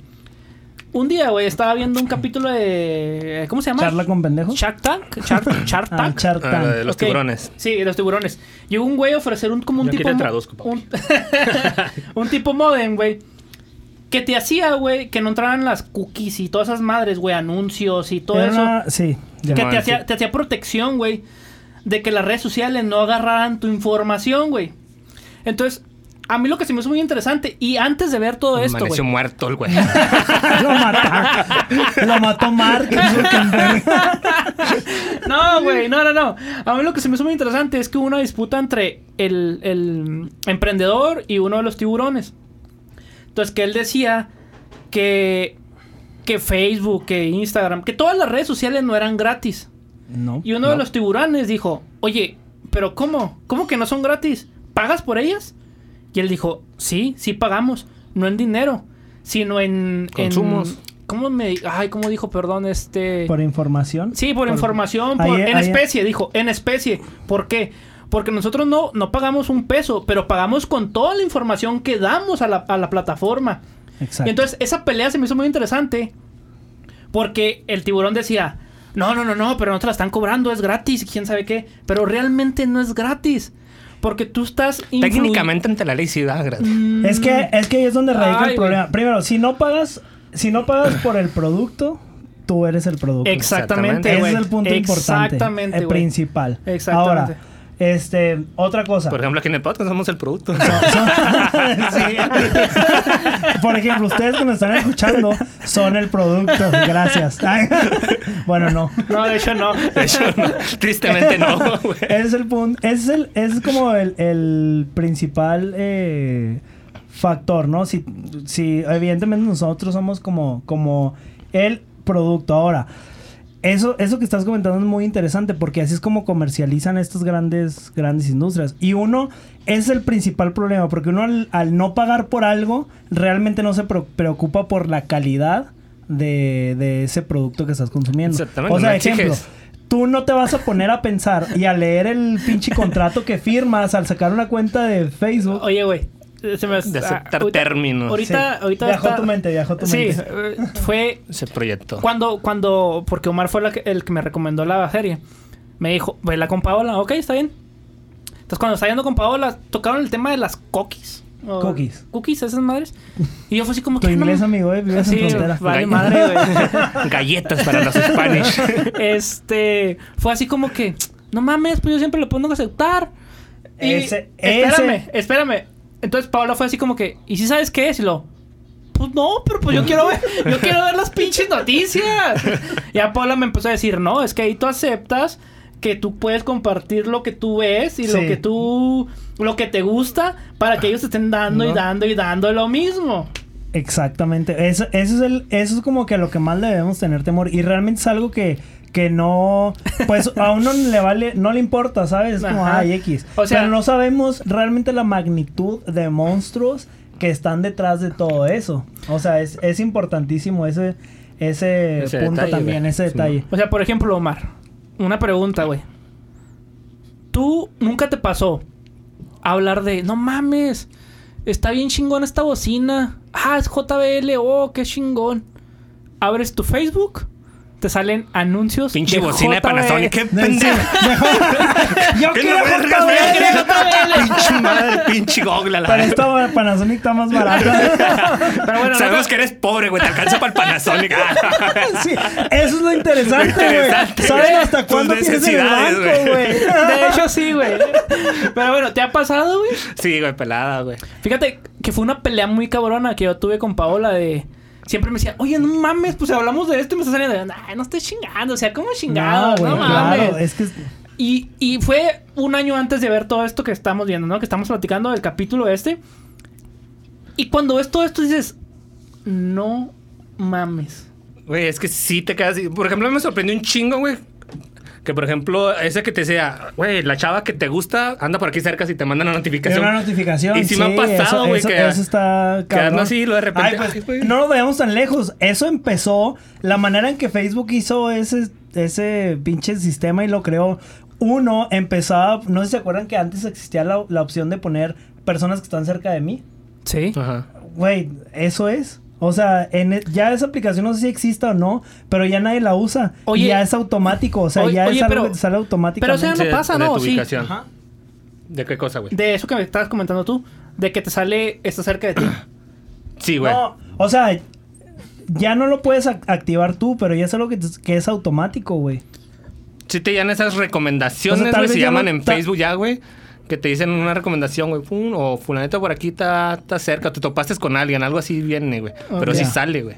B: Un día, güey, estaba viendo un capítulo de... ¿Cómo se llama?
D: ¿Charla con pendejos?
B: Shark Tank. Shark, Shark
D: Ah,
B: Tank.
D: Shark
C: Ah,
D: Tank.
C: de los
B: Ok.
C: tiburones.
B: Sí, de los tiburones. Llegó un güey a ofrecer un como un
C: Yo aquí
B: tipo.
C: te
B: mo-
C: traduzco, papi.
B: Un, un tipo modem, güey. Que te hacía, güey, que no entraran las cookies y todas esas madres, güey, anuncios y todo
D: Era
B: eso.
D: una- Sí, ya.
B: Que te
C: Simón, sí.
B: hacía, te hacía protección, güey. De que las redes sociales no agarraran tu información, güey. Entonces, a mí lo que se me hizo muy interesante, y antes de ver todo esto,
C: Amaneció
B: güey.
C: muerto el güey.
D: Lo mató. Lo mató Mark Zuckerberg.
B: No, güey, no, no, no. A mí lo que se me hizo muy interesante es que hubo una disputa entre el, el emprendedor y uno de los tiburones. Entonces, que él decía que, que Facebook, que Instagram, que todas las redes sociales no eran gratis.
D: No.
B: Y uno de
C: No.
B: los tiburones dijo, oye, pero ¿cómo? ¿Cómo que no son gratis? ¿Pagas por ellas? Y él dijo, sí, sí pagamos, no en dinero, sino en... en-
C: Consumos.
B: ¿Cómo me...? di- Ay, ¿cómo dijo? Perdón, este...
D: Por información.
B: Sí, por, información,
D: Ahí-
B: por- en
D: ahí-
B: especie, dijo, en especie. ¿Por qué? Porque nosotros no, no pagamos un peso, pero pagamos con toda la información que damos a la, a la plataforma.
D: Exacto.
B: Entonces, esa pelea se me hizo muy interesante porque el tiburón decía, no, no, no, no, pero no te la están cobrando, es gratis, quién sabe qué, pero realmente no es gratis, porque tú estás... influ-
C: Técnicamente ante la ley sí da gratis.
B: Mm.
D: Es que, es que ahí es donde radica
B: Ay,
D: el problema. Primero, si no pagas, si no pagas por el producto, tú eres el producto.
C: pues,
B: Exactamente,
C: Exactamente,
D: Ese
B: güey.
D: es el punto importante.
B: Exactamente,
D: El
B: güey.
D: principal.
B: Exactamente.
D: Ahora, este, otra cosa.
C: Por ejemplo, aquí en el podcast somos el producto.
D: Sí. Por ejemplo, ustedes que nos están escuchando son el producto. Gracias. Ay, bueno, no.
B: No, de hecho no.
C: De hecho, no. tristemente no, güey.
D: Ese es el punto. ese Es, el, ese es como el, el principal eh, factor, ¿no? Si, si evidentemente nosotros somos como, como el producto. Ahora, eso, eso que estás comentando es muy interesante porque así es como comercializan estas grandes, grandes industrias. Y uno es el principal problema porque uno al, al no pagar por algo realmente no se pre- preocupa por la calidad de, de ese producto que estás consumiendo.
C: Exactamente,
D: o sea,
C: no
D: ejemplo,
C: exiges.
D: tú no te vas a poner a pensar y a leer el pinche contrato que firmas al sacar una cuenta de Facebook.
B: Oye, güey. Se me,
C: De
B: ah,
C: aceptar
B: ahorita-
C: términos.
B: Ahorita,
D: Sí.
B: ahorita
D: Viajó
B: está-
D: tu mente, viajó tu
B: sí,
D: mente.
B: eh, fue
C: Ese proyecto.
B: cuando, cuando, porque Omar fue la que- el que me recomendó la serie. Me dijo, vela con Paola, ok, está bien. Entonces cuando estaba yendo con Paola, tocaron el tema de las cookies. o-
D: Cookies.
B: Cookies, esas madres. Y yo fue así como
D: Tu
B: que... no
D: inglés,
B: mames.
D: amigo, eh, vives en
B: Sí,
D: frontera.
B: vale
C: Gall-
B: madre, güey.
C: Galletas para los Spanish.
B: este, fue así como que, no mames, pues yo siempre lo pongo a aceptar. Y,
D: Ese-
B: espérame,
D: ese-
B: espérame. Entonces Paola fue así como que, ¿y si sabes qué es? Y lo, pues no, pero pues yo quiero ver, yo quiero ver las pinches noticias. Ya Paola me empezó a decir, no, es que ahí tú aceptas que tú puedes compartir lo que tú ves y lo
D: Sí.
B: que tú, lo que te gusta para que ellos te estén dando y
D: No.
B: dando y dando lo mismo.
D: Exactamente. Eso, eso es el, eso es como que lo que más le debemos tener temor. Y realmente es algo que, que no, pues a uno le vale, no le importa, ¿sabes? Es como
B: Ajá.
D: ay X.
B: O sea-
D: Pero no sabemos realmente la magnitud de monstruos que están detrás de todo eso. O sea, es, es importantísimo ese, ese,
C: Ese
D: punto
C: detalle,
D: también,
C: güey.
D: ese
C: Sí.
D: detalle.
B: O sea, por ejemplo, Omar, una pregunta, güey. ¿Tú nunca te pasó hablar de, no mames, está bien chingón esta bocina? Ah, es JBL, oh, qué chingón. Abres tu Facebook, te salen anuncios.
C: Pinche
B: de
C: bocina de
B: JBL.
C: Panasonic. Qué
D: Sí,
C: pendejo.
D: Yo
C: ¿Qué
D: quiero
C: no vergas,
D: JBL.
C: güey?
B: quiero JBL.
C: Pinche madre, pinche gogla. La
D: Para
C: verga.
D: esto Panasonic está más barata.
B: Pero bueno,
C: Sabemos
B: no
C: que eres pobre, güey. Te alcanza para el Panasonic.
D: Sí, eso es lo interesante,
C: Interesante,
D: güey. ¿Saben
C: güey.
D: hasta
C: Tus
D: cuándo tienes en el
C: necesidades,
D: banco,
C: güey.
D: güey?
B: te- de hecho, sí, güey. Pero bueno, ¿te ha pasado, güey?
C: sí, güey, pelada, güey.
B: Fíjate que fue una pelea muy cabrona que yo tuve con Paola de... Siempre me decía, oye, no mames, pues hablamos de esto y me está saliendo. Ay, no estoy chingando, o sea, ¿cómo chingado? No,
D: güey,
B: mames.
D: claro, es que es-
B: Y, y fue un año antes de ver todo esto que estamos viendo, ¿no? Que estamos platicando del capítulo este. Y cuando ves todo esto dices, no mames.
C: Güey, es que sí te quedas. Por ejemplo, me sorprendió un chingo, güey. Que por ejemplo, ese que te sea, güey, la chava que te gusta anda por aquí cerca si te manda una
D: es
C: notificación.
D: una notificación.
C: Y si me ha
D: sí,
C: pasado,
D: eso-
C: güey,
D: Eso,
C: que-
D: eso está
C: que ando
D: cabrón.
C: así y luego de repente,
D: Ay, pues,
C: ay, güey.
D: no nos vayamos tan lejos. Eso empezó. La manera en que Facebook hizo ese, ese pinche sistema y lo creó. Uno empezaba. No sé si se acuerdan que antes existía la, la opción de poner personas que están cerca de mí.
B: Sí.
C: Ajá.
D: Güey, eso es. O sea, en e- ya esa aplicación no sé si exista o no, pero ya nadie la usa.
B: Oye.
D: y ya es automático. O sea,
B: Oye,
D: ya
B: oye,
D: es algo
B: pero-
D: que te sale
B: Pero o
D: automáticamente.
B: sea, no
C: Sí,
B: pasa,
C: de
B: ¿no?
C: tu
B: Sí.
C: ubicación.
B: Ajá.
C: ¿De qué cosa, güey?
B: De eso que me estabas comentando tú, de que te sale, está cerca de ti.
C: Sí, güey.
D: No, o sea, ya no lo puedes ac- activar tú, pero ya es algo que, te- que es automático, güey.
C: Sí te llegan esas recomendaciones,
D: O sea,
C: güey.
D: Pues, tal vez
C: se
D: ya
C: llaman
D: no-
C: en
D: ta-
C: Facebook ya, güey. Que te dicen una recomendación, güey. pum, O fulaneta por aquí está, está cerca. Te topaste con alguien. Algo así viene, güey. Pero
D: Ok.
C: sí sale, güey.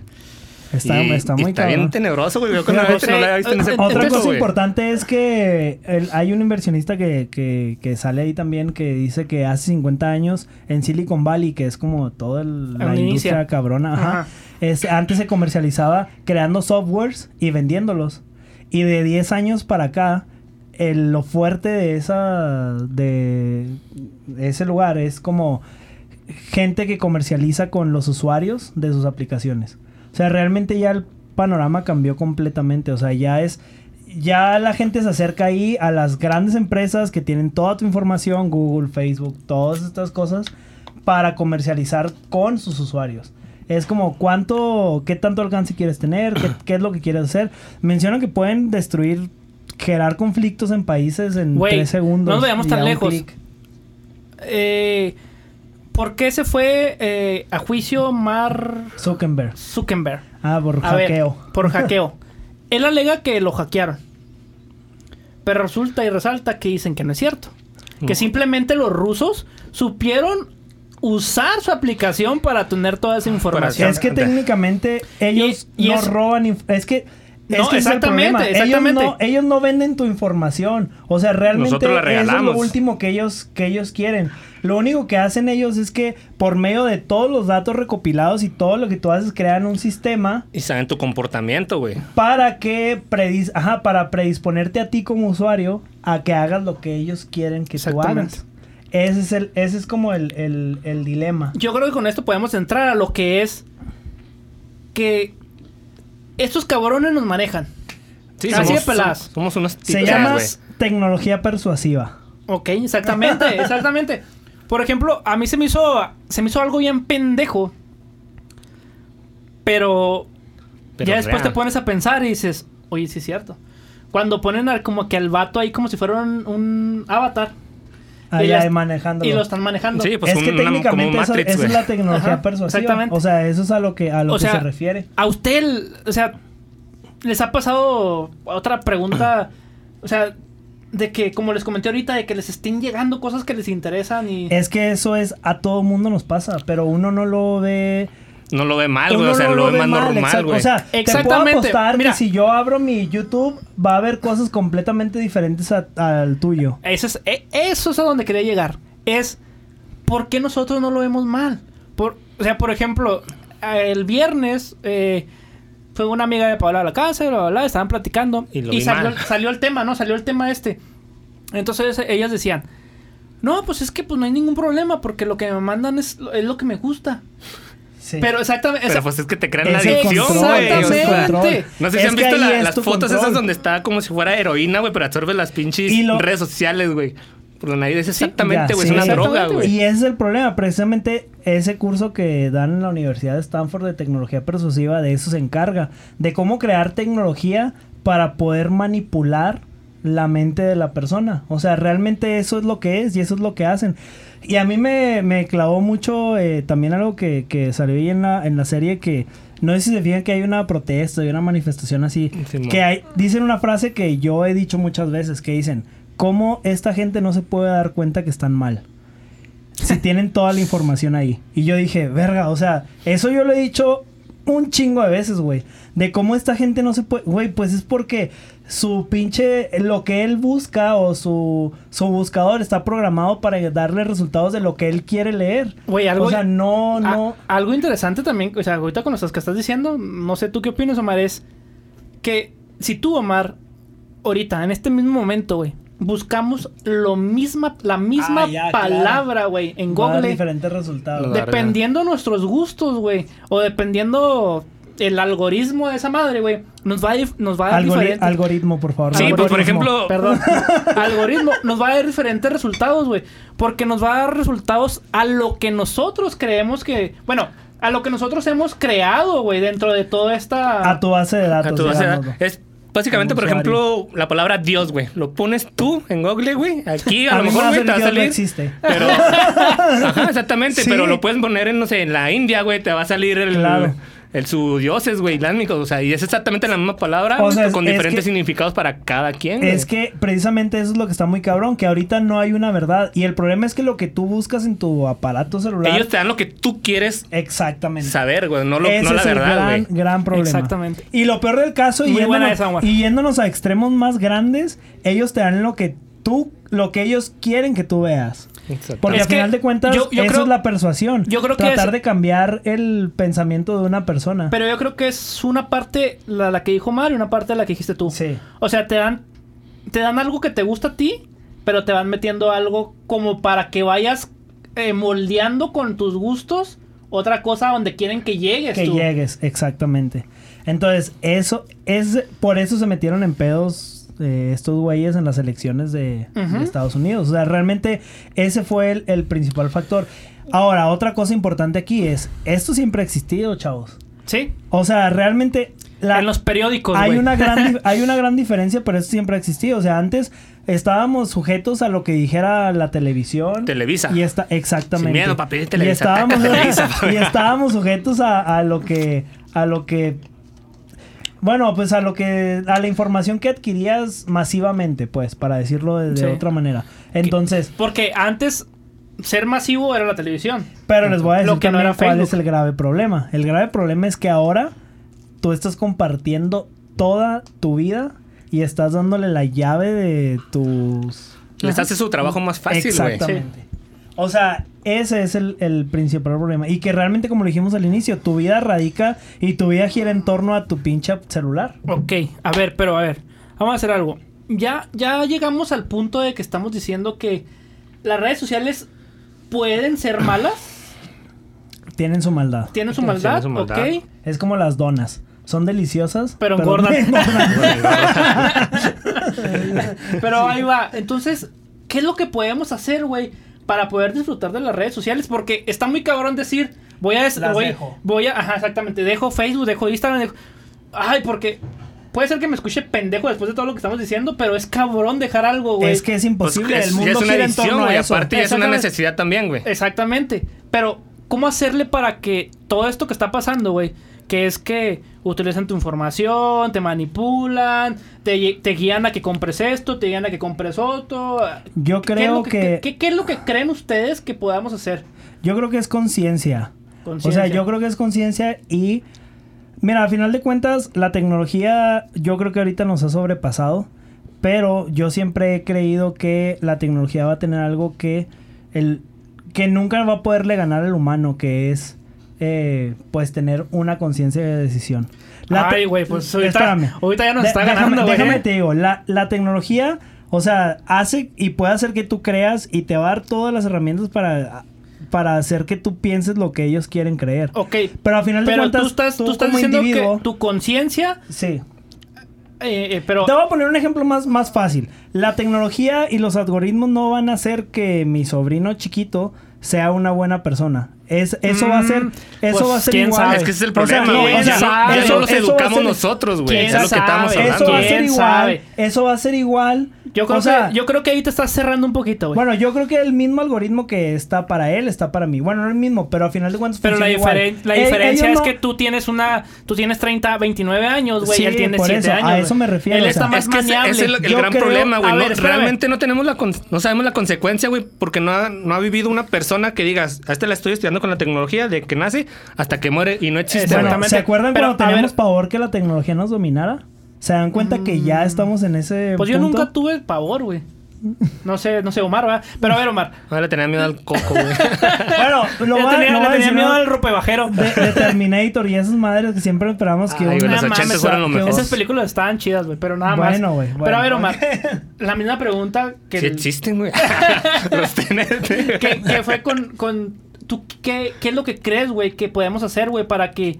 D: Está,
C: Y-
D: está
C: y
D: muy
C: Está
D: cabrón. Pues,
C: bien tenebroso, güey. Yo cuando
B: Mira,
C: la vez
B: José,
C: no la había visto en ese
B: eh,
C: punto,
D: Otra
B: Entonces,
D: cosa
C: güey.
D: importante es que el- hay un inversionista que, que- que sale ahí también que dice que hace 50 años en Silicon Valley, que es como toda el- la
B: Amnesia.
D: industria cabrona, ajá,
B: Ajá.
D: es- antes se comercializaba creando softwares y vendiéndolos. Y de 10 años para acá, el- lo fuerte de, esa, de ese lugar es como gente que comercializa con los usuarios de sus aplicaciones. O sea, realmente ya el panorama cambió completamente. O sea, ya es. Ya la gente se acerca ahí a las grandes empresas que tienen toda tu información, Google, Facebook, todas estas cosas, para comercializar con sus usuarios. Es como cuánto, qué tanto alcance quieres tener, qué, qué es lo que quieres hacer. Mencionan que pueden destruir, generar conflictos en países en
B: Güey,
D: tres segundos.
B: no nos vayamos
D: y
B: tan
D: a un
B: lejos.
D: clic.
B: Eh, ¿Por qué se fue eh, a juicio Mar
D: Zuckerberg.
B: Zuckerberg?
D: Ah, por
B: A ver,
D: hackeo.
B: por hackeo. Él alega que lo hackearon. Pero resulta y resalta que dicen que no es cierto. Que
C: No.
B: simplemente los rusos supieron usar su aplicación para tener toda esa información.
D: Es que
C: Exactamente.
D: técnicamente ellos
B: Y- y
D: no
B: es-
D: roban. inf- Es que. Es
B: No,
D: que ese es el
B: exactamente,
D: problema.
B: exactamente.
D: Ellos no, ellos no venden tu información. O sea, realmente
C: Nosotros la
D: eso es lo
C: regalamos.
D: último que ellos, que ellos quieren. Lo único que hacen ellos es que por medio de todos los datos recopilados y todo lo que tú haces, crean un sistema
C: Y saben tu comportamiento, güey.
D: para que predis ajá, para predisponerte a ti como usuario a que hagas lo que ellos quieren que tú
B: Exactamente.
D: hagas. Ese es el, ese es como el, el, el dilema.
B: Yo creo que con esto podemos entrar a lo que es que estos cabrones nos manejan.
C: Sí,
B: Así de
C: somos-
B: peladas.
C: som- Somos unos
D: Se
C: títeres,
D: llama
C: güey.
D: tecnología persuasiva.
B: Ok, exactamente, exactamente. Por ejemplo, a mí se me hizo se me hizo algo bien pendejo. Pero
C: Pero
B: ya después
C: real.
B: te pones a pensar y dices, oye, sí es cierto. Cuando ponen al, como que al vato ahí como si fuera un, un avatar
D: Allá
B: las-
D: de manejándolo.
B: y lo están manejando.
C: Sí, pues
D: es que
C: un- una- como un
D: técnicamente esa-
C: Matrix,
D: esa es
C: güey.
D: la tecnología
B: Ajá,
D: persuasiva.
B: exactamente.
D: O sea, eso es a lo que a lo
B: O
D: que
B: sea,
D: se refiere.
B: A usted, o sea, les ha pasado otra pregunta, o sea, de que como les comenté ahorita, de que les estén llegando cosas que les interesan y...
D: Es que eso es a todo mundo nos pasa, pero uno no lo ve
C: No lo ve mal, güey.
D: uno
C: O sea,
D: no
C: lo ve más
D: mal,
C: normal,
D: exacto.
C: güey.
D: O sea, te puedo
B: Exactamente,
D: apostar
B: mira.
D: que si yo abro mi YouTube va a haber cosas completamente diferentes a- al tuyo.
B: Eso es, e- eso es a donde quería llegar. Es por qué nosotros no lo vemos mal. Por, o sea, por ejemplo, el viernes eh, fue una amiga de Paola a la casa, bla, bla, bla, estaban platicando
C: Y lo
B: y
C: vi
B: salió,
C: mal.
B: salió el tema, ¿no? Salió el tema este. Entonces ellas decían, no, pues es que pues no hay ningún problema porque lo que me mandan es, lo- es lo que me gusta.
D: Sí.
B: Pero exactamente...
C: Pero
B: esa-
C: pues es que te crean la
D: Es el
C: adicción,
D: control,
C: güey. o
D: es el
C: sea.
D: control.
C: No sé
D: Es
C: si han
D: que
C: visto
D: ahí
C: la-
D: es
C: las
D: tu
C: fotos
D: control.
C: esas donde está como si fuera heroína, güey, pero absorbe las pinches
D: Y lo-
C: redes sociales, güey. por la nariz. Es exactamente,
D: Ya,
C: güey.
D: sí.
C: es una
B: Exactamente,
C: droga, güey.
D: Y ese es el problema, precisamente ese curso que dan en la Universidad de Stanford de tecnología persuasiva, de eso se encarga, de cómo crear tecnología para poder manipular la mente de la persona. O sea, realmente eso es lo que es y eso es lo que hacen. Y a mí me, me clavó mucho eh, también algo que, que salió ahí en la, en la serie que... No sé si se fijan que hay una protesta, hay una manifestación así.
C: Simón.
D: que hay, dicen una frase que yo he dicho muchas veces, que dicen, ¿cómo esta gente no se puede dar cuenta que están mal? si tienen toda la información ahí. Y yo dije, verga, o sea, eso yo lo he dicho un chingo de veces, güey. De cómo esta gente no se puede... Güey, pues es porque su pinche... Lo que él busca o su, su buscador está programado para darle resultados de lo que él quiere leer.
B: Güey, algo-
D: O sea, no, no...
B: A- Ah, algo interesante también, o sea, ahorita con los que estás diciendo, no sé tú qué opinas, Omar, es que si tú, Omar, ahorita, en este mismo momento, güey, buscamos lo misma, la misma
D: Ah, ya,
B: palabra, güey, en
D: va a dar
B: Google,
D: diferentes resultados.
C: Lo da.
B: dependiendo nuestros gustos, güey, o dependiendo el algoritmo de esa madre, güey, nos va a, dif- nos va a dar
D: Algori-
B: diferentes-
D: algoritmo, por favor.
C: Sí, pues por
D: algoritmo.
C: ejemplo,
B: Perdón. algoritmo nos va a dar diferentes resultados, güey. Porque nos va a dar resultados a lo que nosotros creemos que. Bueno, a lo que nosotros hemos creado, güey, dentro de toda esta.
D: A tu base de datos.
C: a tu base de
D: digámoslo.
C: datos. Es básicamente,
D: Como
C: por ejemplo, la palabra Dios, güey. Lo pones tú en Google, güey. Aquí a, lo
D: mí me
C: mejor,
D: va
C: güey, te va a
D: salir que no
C: salir.
D: existe.
C: Pero, ajá, exactamente.
D: Sí.
C: Pero lo puedes poner en, no sé, en la India, güey. Te va a salir el.
D: Claro.
C: El su dioses, güey, islámicos. O sea, y es exactamente la misma palabra,
D: O sea,
C: güey,
D: es-
C: con
D: es
C: diferentes
D: que-
C: significados para cada quien.
D: Es
C: güey.
D: que precisamente eso es lo que está muy cabrón, que ahorita no hay una verdad. Y el problema es que lo que tú buscas en tu aparato celular...
C: Ellos te dan lo que tú quieres
D: Exactamente.
C: saber, güey. No, lo-
D: Ese
C: no la
D: es el
C: verdad, güey.
D: gran, gran problema.
B: Exactamente.
D: Y lo peor del caso, y
B: Muy buena
D: yéndonos,
B: esa, Omar.
D: y yéndonos a extremos más grandes, ellos te dan lo que tú, lo que ellos quieren que tú veas.
C: Exacto.
D: Porque
B: Es
D: al
B: que
D: final de cuentas,
B: yo- yo
D: eso
B: creo-
D: es la persuasión.
B: yo creo que
D: Tratar
B: es-
D: de cambiar el pensamiento de una persona.
B: Pero yo creo que es una parte la, la que dijo Mario y una parte la que dijiste tú.
D: Sí.
B: O sea, te dan. Te dan algo que te gusta a ti, pero te van metiendo algo como para que vayas eh, moldeando con tus gustos otra cosa donde quieren que llegues
D: que
B: tú.
D: llegues, exactamente. Entonces, eso es por eso se metieron en pedos eh, estos güeyes en las elecciones de, de
B: Ujú.
D: Estados Unidos. O sea, realmente ese fue el, el principal factor. Ahora, otra cosa importante aquí es, esto siempre ha existido, chavos.
B: Sí.
D: O sea, realmente la,
B: en los periódicos,
D: hay
B: güey.
D: una gran dif- hay una gran diferencia, pero eso siempre ha existido. O sea, antes estábamos sujetos a lo que dijera la televisión.
C: Televisa.
D: Y está exactamente.
C: Sin miedo, papi,
D: y
C: Televisa.
D: estábamos
C: Televisa, papi.
D: y estábamos sujetos a, a lo que a lo que bueno, pues a lo que a la información que adquirías masivamente, pues, para decirlo de, de
B: Sí.
D: otra manera. Entonces,
B: Porque antes ser masivo era la televisión.
D: pero les voy a decir
B: Lo que no
D: también
B: era
D: cuál
B: Facebook.
D: es el grave problema. El grave problema es que ahora tú estás compartiendo toda tu vida y estás dándole la llave de tus
C: Les hace su trabajo más fácil, güey.
D: Exactamente. O sea, ese es el, el principal problema. Y que realmente, como lo dijimos al inicio, tu vida radica y tu vida gira en torno a tu pinche celular.
B: Ok, a ver, pero a ver. Vamos a hacer algo. Ya, ya llegamos al punto de que estamos diciendo que las redes sociales pueden ser malas.
D: Tienen su maldad.
B: Tienen su
C: Tienen
B: maldad,
C: su maldad.
B: ok.
D: Es como las donas. Son deliciosas.
B: Pero engordan.
D: engordan.
B: Pero ahí va. Entonces, ¿qué es lo que podemos hacer, güey? Para poder disfrutar de las redes sociales. Porque está muy cabrón decir, voy a... des-
D: Las
B: voy,
D: dejo.
B: voy a... Ajá, exactamente. Dejo Facebook, dejo Instagram, dejo... Ay, porque... Puede ser que me escuche pendejo después de todo lo que estamos diciendo, pero es cabrón dejar algo, güey.
D: es que es
C: Pues
D: imposible.
C: es,
D: el
C: ya
D: mundo
C: es una
D: gira en torno
C: adicción,
D: a
C: güey.
D: eso.
C: Aparte, ya es una
B: Exactamente.
C: necesidad también, güey.
B: Exactamente. Pero, ¿cómo hacerle para que todo esto que está pasando, güey? Que es que utilizan tu información, te manipulan, te, lle- te guían a que compres esto, te guían a que compres otro.
D: Yo
B: ¿Qué es
D: creo
B: lo
D: que,
B: qué- qué- qué es lo que creen ustedes que podamos hacer?
D: Yo creo que es conciencia.
B: Conciencia.
D: O sea, yo creo que es conciencia y... Mira, al final de cuentas, la tecnología yo creo que ahorita nos ha sobrepasado, pero yo siempre he creído que la tecnología va a tener algo que, el, que nunca va a poderle ganar al humano, que es eh, pues tener una conciencia de decisión. te-
B: Ay, güey, pues ahorita- ahorita ya nos
D: De-
B: está
D: déjame-
B: ganando, güey,
D: Déjame
B: ¿eh?
D: te digo, la, la tecnología, o sea, hace y puede hacer que tú creas y te va a dar todas las herramientas para, para hacer que tú pienses lo que ellos quieren creer.
B: Ok.
D: Pero al final de
B: Pero
D: cuentas,
B: tú estás, tú estás
D: como
B: diciendo
D: individuo-
B: que tu conciencia
D: Sí.
B: eh, eh, pero
D: Te voy a poner un ejemplo más, más fácil. La tecnología y los algoritmos no van a hacer que mi sobrino chiquito sea una buena persona. Es, eso va a ser,
B: Mm,
D: eso
B: pues,
D: va a ser
B: quién
D: igual.
B: sabe.
C: Es que ese es el
D: O sea,
C: problema,
D: no,
C: güey.
D: o sea,
B: ¿Quién sabe?
C: eso, los
D: va a
C: educamos
D: ser-
C: nosotros, güey.
B: ¿Quién
C: Eso es lo que estamos
B: sabe?
C: hablando.
D: Eso va a ser
B: ¿Quién
D: igual.
B: sabe?
D: Eso va a ser igual.
B: yo creo
D: O sea,
B: que yo creo que ahí te estás cerrando un poquito, güey.
D: Bueno, yo creo que el mismo algoritmo que está para él está para mí. Bueno, no el mismo, pero al final de cuentas
B: pero la,
D: funciona
B: diferen-
D: igual.
B: la
D: Eh,
B: diferencia es
D: ellos no-
B: que tú tienes una tú tienes 30, 29 años, güey,
D: Sí,
B: y él tiene
D: por
B: 7
D: eso, a
B: años.
D: eso
B: güey.
D: me refiero,
B: Él
D: o
B: está
D: sea.
B: más
C: Es que ese-
B: maniable.
C: ese es el, el
D: Yo
C: gran
D: creo-
C: problema, güey.
B: a
C: No,
B: ver, espérame.
C: realmente no tenemos la con- no sabemos la consecuencia, güey, porque no ha, no ha vivido una persona que digas, a este la estoy estudiando con la tecnología de que nace hasta que muere y no existe.
D: Bueno,
C: güey.
B: Exactamente.
D: ¿Se acuerdan
B: Pero,
D: cuando
B: a
D: teníamos
B: ver.
D: pavor que la tecnología nos dominara? ¿Se dan cuenta que ya estamos en ese
B: Mm. Pues yo
D: punto?
B: nunca tuve pavor, güey. No sé, no sé Omar, ¿verdad? Pero a ver, Omar.
C: Ahora le tenía miedo al coco, güey.
D: Bueno, lo
B: Yo
D: va-
B: tenía, le
D: lo va a
B: tenía
D: decir,
B: miedo
D: ¿no?
B: al ropebajero.
D: de, de Terminator y esas madres que siempre esperábamos que
C: Ay, güey,
D: una-
C: los
B: Nada
C: 80
B: mames,
C: fueron lo mejor.
B: Esas películas estaban chidas, güey, pero nada más.
D: Bueno, güey,
B: Pero
D: bueno.
B: a ver, Omar, la misma pregunta que,
C: Sí
B: el-
C: existen, güey. Los tenés.
B: que, que fue con, con tú, ¿qué, ¿qué es lo que crees, güey, que podemos hacer, güey, para que,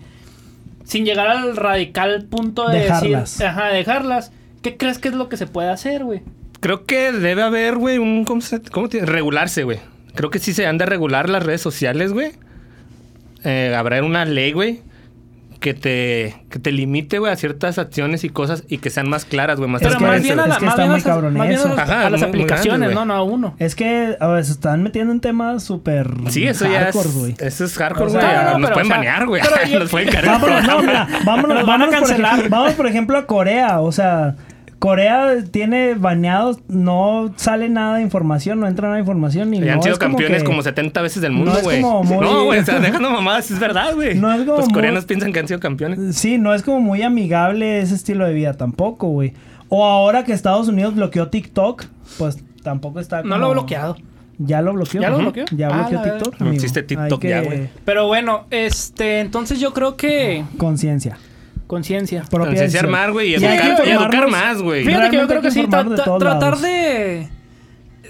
B: sin llegar al radical punto de
D: Dejarlas.
B: decir, ajá, dejarlas, ¿qué crees que es lo que se puede hacer, güey?
C: Creo que debe haber, güey, un... ¿Cómo se...? cómo te- regularse, güey. Creo que sí se han de regular las redes sociales, güey. Eh, habrá una ley, güey, que te, que te limite, güey, a ciertas acciones y cosas y que sean más claras, güey, más
D: Es
B: Pero
D: que-
B: más
D: es-
B: bien a
D: es
B: la-
D: que
B: más
D: está
B: bien a
D: muy
B: las-
D: cabrón
B: más bien a
D: eso.
B: las-
C: Ajá,
B: a las
C: muy- muy
B: aplicaciones,
C: grande,
B: no,
C: güey.
B: no a uno.
D: Es que a ver, se están metiendo en temas súper
C: Sí, eso ya es...
D: hardcore, güey.
C: Eso es hardcore,
D: O
C: güey. Ah,
D: sea,
B: no, no,
C: nos
B: pero,
C: pueden
B: o sea,
C: banear, güey.
B: pero yo-
C: Nos pueden cargar.
D: Vámonos, no, mira, vámonos,
B: Nos van a
D: vámonos por
B: cancelar.
D: ejemplo- vamos, por ejemplo, a Corea. O sea, Corea tiene baneados, no sale nada de información, no entra nada de información. Y
C: Y
D: no
C: han sido
D: es como
C: campeones
D: que-
C: como 70 veces del
D: no
C: mundo,
D: es
C: güey.
D: como muy-
C: No, güey, o sea, dejando mamadas, es verdad, güey.
D: No es como
C: Los
D: muy-
C: coreanos piensan que han sido campeones.
D: Sí, no es como muy amigable ese estilo de vida tampoco, güey. O ahora que Estados Unidos bloqueó TikTok, pues tampoco está.
B: No lo he
D: como-
B: bloqueado.
D: Ya lo bloqueó.
B: ¿Ya lo
D: Ujú.
B: bloqueó?
D: Ya
B: Ah,
D: bloqueó
B: la
D: TikTok.
C: No
D: amigo.
C: existe
D: Hay
C: TikTok
D: que-
C: ya, güey.
B: Pero bueno, este, entonces yo creo que
D: Conciencia.
B: conciencia.
D: propia
C: Conciencia
D: decisión.
C: armar, güey, y
D: Sí, hay que
C: educar- y educar
D: informarnos.
C: más, güey.
B: Fíjate que yo creo
D: Realmente
B: que
D: hay
B: sí,
D: informarnos
B: tra-
D: de
B: tra-
D: todos
B: tratar
D: lados.
B: de...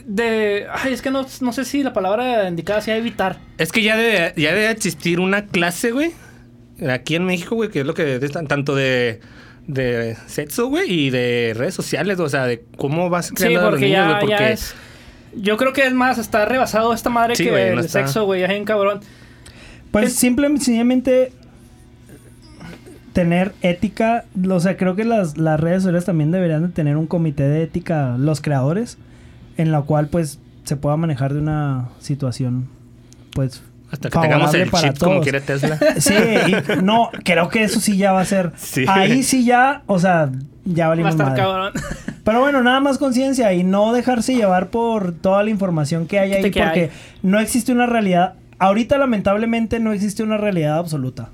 B: De... Ay, es que no, no sé si la palabra indicada sea evitar.
C: Es que ya debe, ya debe existir una clase, güey. Aquí en México, güey, que es lo que es tan- tanto de, de sexo, güey, y de redes sociales, o sea, de cómo vas
B: Sí,
C: creando a los
B: porque
C: niños,
B: ya,
C: güey,
B: ya
C: porque
B: es... Yo creo que es más, está rebasado esta madre
C: Sí,
B: que
C: güey, no
B: el
C: está.
B: sexo, güey, ya es un cabrón.
D: Pues
B: Es-
D: simplemente, sencillamente, tener ética. O sea, creo que las, las redes sociales también deberían de tener un comité de ética, los creadores, en la cual pues se pueda manejar de una situación pues
C: hasta que tengamos
D: favorable
C: el
D: para
C: chip como
D: todos.
C: quiere Tesla.
D: Sí, y- no, creo que eso sí ya va a ser.
C: Sí.
D: Ahí sí ya, o sea, ya
B: Va a
D: valimos
B: estar
D: madre.
B: cabrón.
D: Pero bueno, nada más conciencia y no dejarse llevar por toda la información que hay
B: Que te-
D: ahí
B: Este que
D: porque
B: hay.
D: no existe una realidad. Ahorita lamentablemente no existe una realidad absoluta.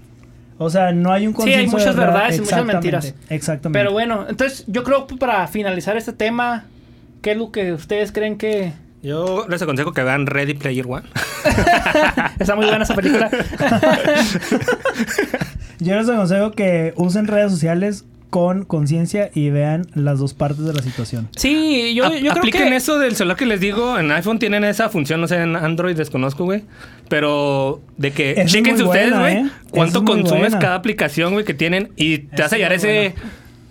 D: O sea, no hay un
B: Sí, hay
D: consenso. de
B: muchas
D: verdad.
B: verdades y muchas
D: Exactamente,
B: mentiras.
D: Exactamente.
B: Pero bueno, entonces yo creo que para finalizar este tema, ¿qué es lo que ustedes creen que...
C: Yo les aconsejo que vean Ready Player One.
B: Está muy buena esa película.
D: Yo les aconsejo que usen redes sociales con conciencia y vean las dos partes de la situación.
B: Sí, yo,
C: Ap-
B: yo creo
C: apliquen
B: que...
C: eso del celular que les digo. En iPhone tienen esa función, no sé, en Android desconozco, güey. Pero de que
D: Esa es
C: chéquense
D: muy
C: ustedes,
D: buena,
C: güey,
D: ¿eh?
C: cuánto
D: Esa es muy
C: consumes
D: buena.
C: cada aplicación, güey, que tienen. Y te
D: Esa
C: vas a
D: es
C: hallar
D: muy
C: ese.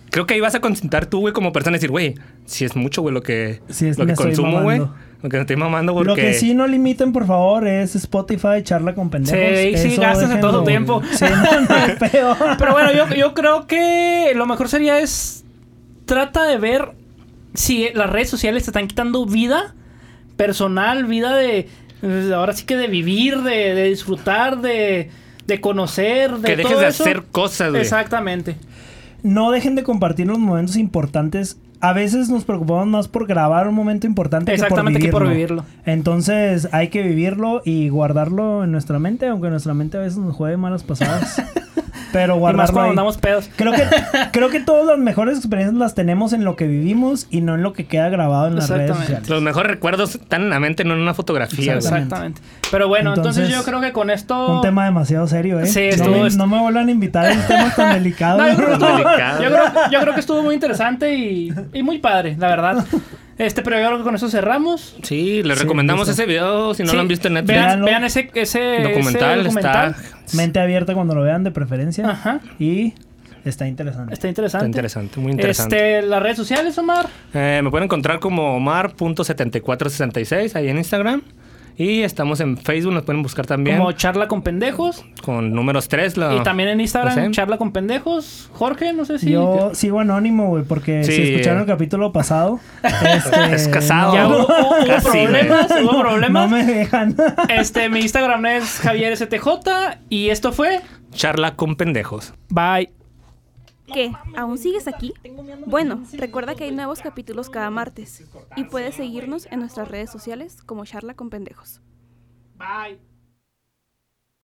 C: Creo que ahí vas a consentar tú, güey, como persona, decir, güey, si es mucho, güey, lo que,
D: Sí, es-
C: lo
D: me
C: que
D: estoy
C: consumo, güey.
D: mamando.
C: Lo que me estoy mamando, porque.
D: Lo que sí no limiten, por favor, es Spotify, charla con pendejos.
B: Sí, sí,
D: Eso
B: gastas en todo tu
D: déjenlo.
B: tiempo.
D: Sí, no, no es feo.
B: Pero bueno, yo, yo creo que lo mejor sería es. Trata de ver si las redes sociales te están quitando vida personal, vida de. eh, Ahora sí que de vivir, de, de disfrutar, de, de conocer, de
C: que dejes
B: todo
C: de
B: eso.
C: hacer cosas, güey.
B: Exactamente.
D: no dejen de compartir los momentos importantes. A veces nos preocupamos más por grabar un momento importante
B: Exactamente que
D: que, por
B: por
D: vivirlo. Entonces hay que vivirlo y guardarlo en nuestra mente, aunque nuestra mente a veces nos juegue malas pasadas. Pero
B: Y más
D: guardarlo.
B: cuando
D: ahí.
B: andamos pedos.
D: Creo que creo que todas las mejores experiencias las tenemos en lo que vivimos y no en lo que queda grabado en las redes
B: Exactamente.
D: sociales.
C: Los mejores recuerdos están en la mente, no en una fotografía, güey.
D: Exactamente.
B: Exactamente. Pero bueno, entonces, yo
D: Entonces,
B: creo que con esto.
D: Un tema demasiado serio, ¿eh?
B: Sí,
D: no,
B: estuvo-
D: me, no me vuelvan a invitar en temas tan delicados.
B: No, yo, creo que estuvo,
C: Delicado.
B: yo creo- yo creo que estuvo muy interesante y, y muy padre, la verdad. Este, pero yo creo que con eso cerramos.
C: Sí, les
D: Sí,
C: recomendamos
D: justo.
C: ese video si no
B: Sí,
C: lo han visto en Netflix.
B: Vean,
D: Véanlo.
B: vean ese, ese, ese
C: documental,
B: documental.
C: está.
D: Mente abierta cuando lo vean de preferencia.
B: Ajá.
D: Y Está interesante.
B: Está interesante.
C: Está interesante, muy interesante.
B: Este, las redes sociales, Omar.
C: Eh, me pueden encontrar como omar.7466 ahí en Instagram. Y estamos en Facebook, nos pueden buscar también
B: Como charla con pendejos.
C: con números 3.
B: y también en Instagram,
C: Ah, sé.
B: charla con pendejos. Jorge, no sé si.
D: Yo sigo anónimo, güey, porque si
C: Sí.
D: escucharon el capítulo pasado, este,
C: Es casado.
B: Ya hubo,
C: No.
B: hubo
C: Casi, Ah,
B: problemas,
D: no-
B: hubo
D: no
B: problemas.
D: me dejan.
B: Este, mi Instagram es Javier STJ y esto fue.
C: Charla con pendejos.
B: Bye.
A: ¿Qué? ¿Aún sigues aquí? Bueno, recuerda que hay nuevos capítulos cada martes y puedes seguirnos en nuestras redes sociales como Charla con Pendejos.
B: Bye.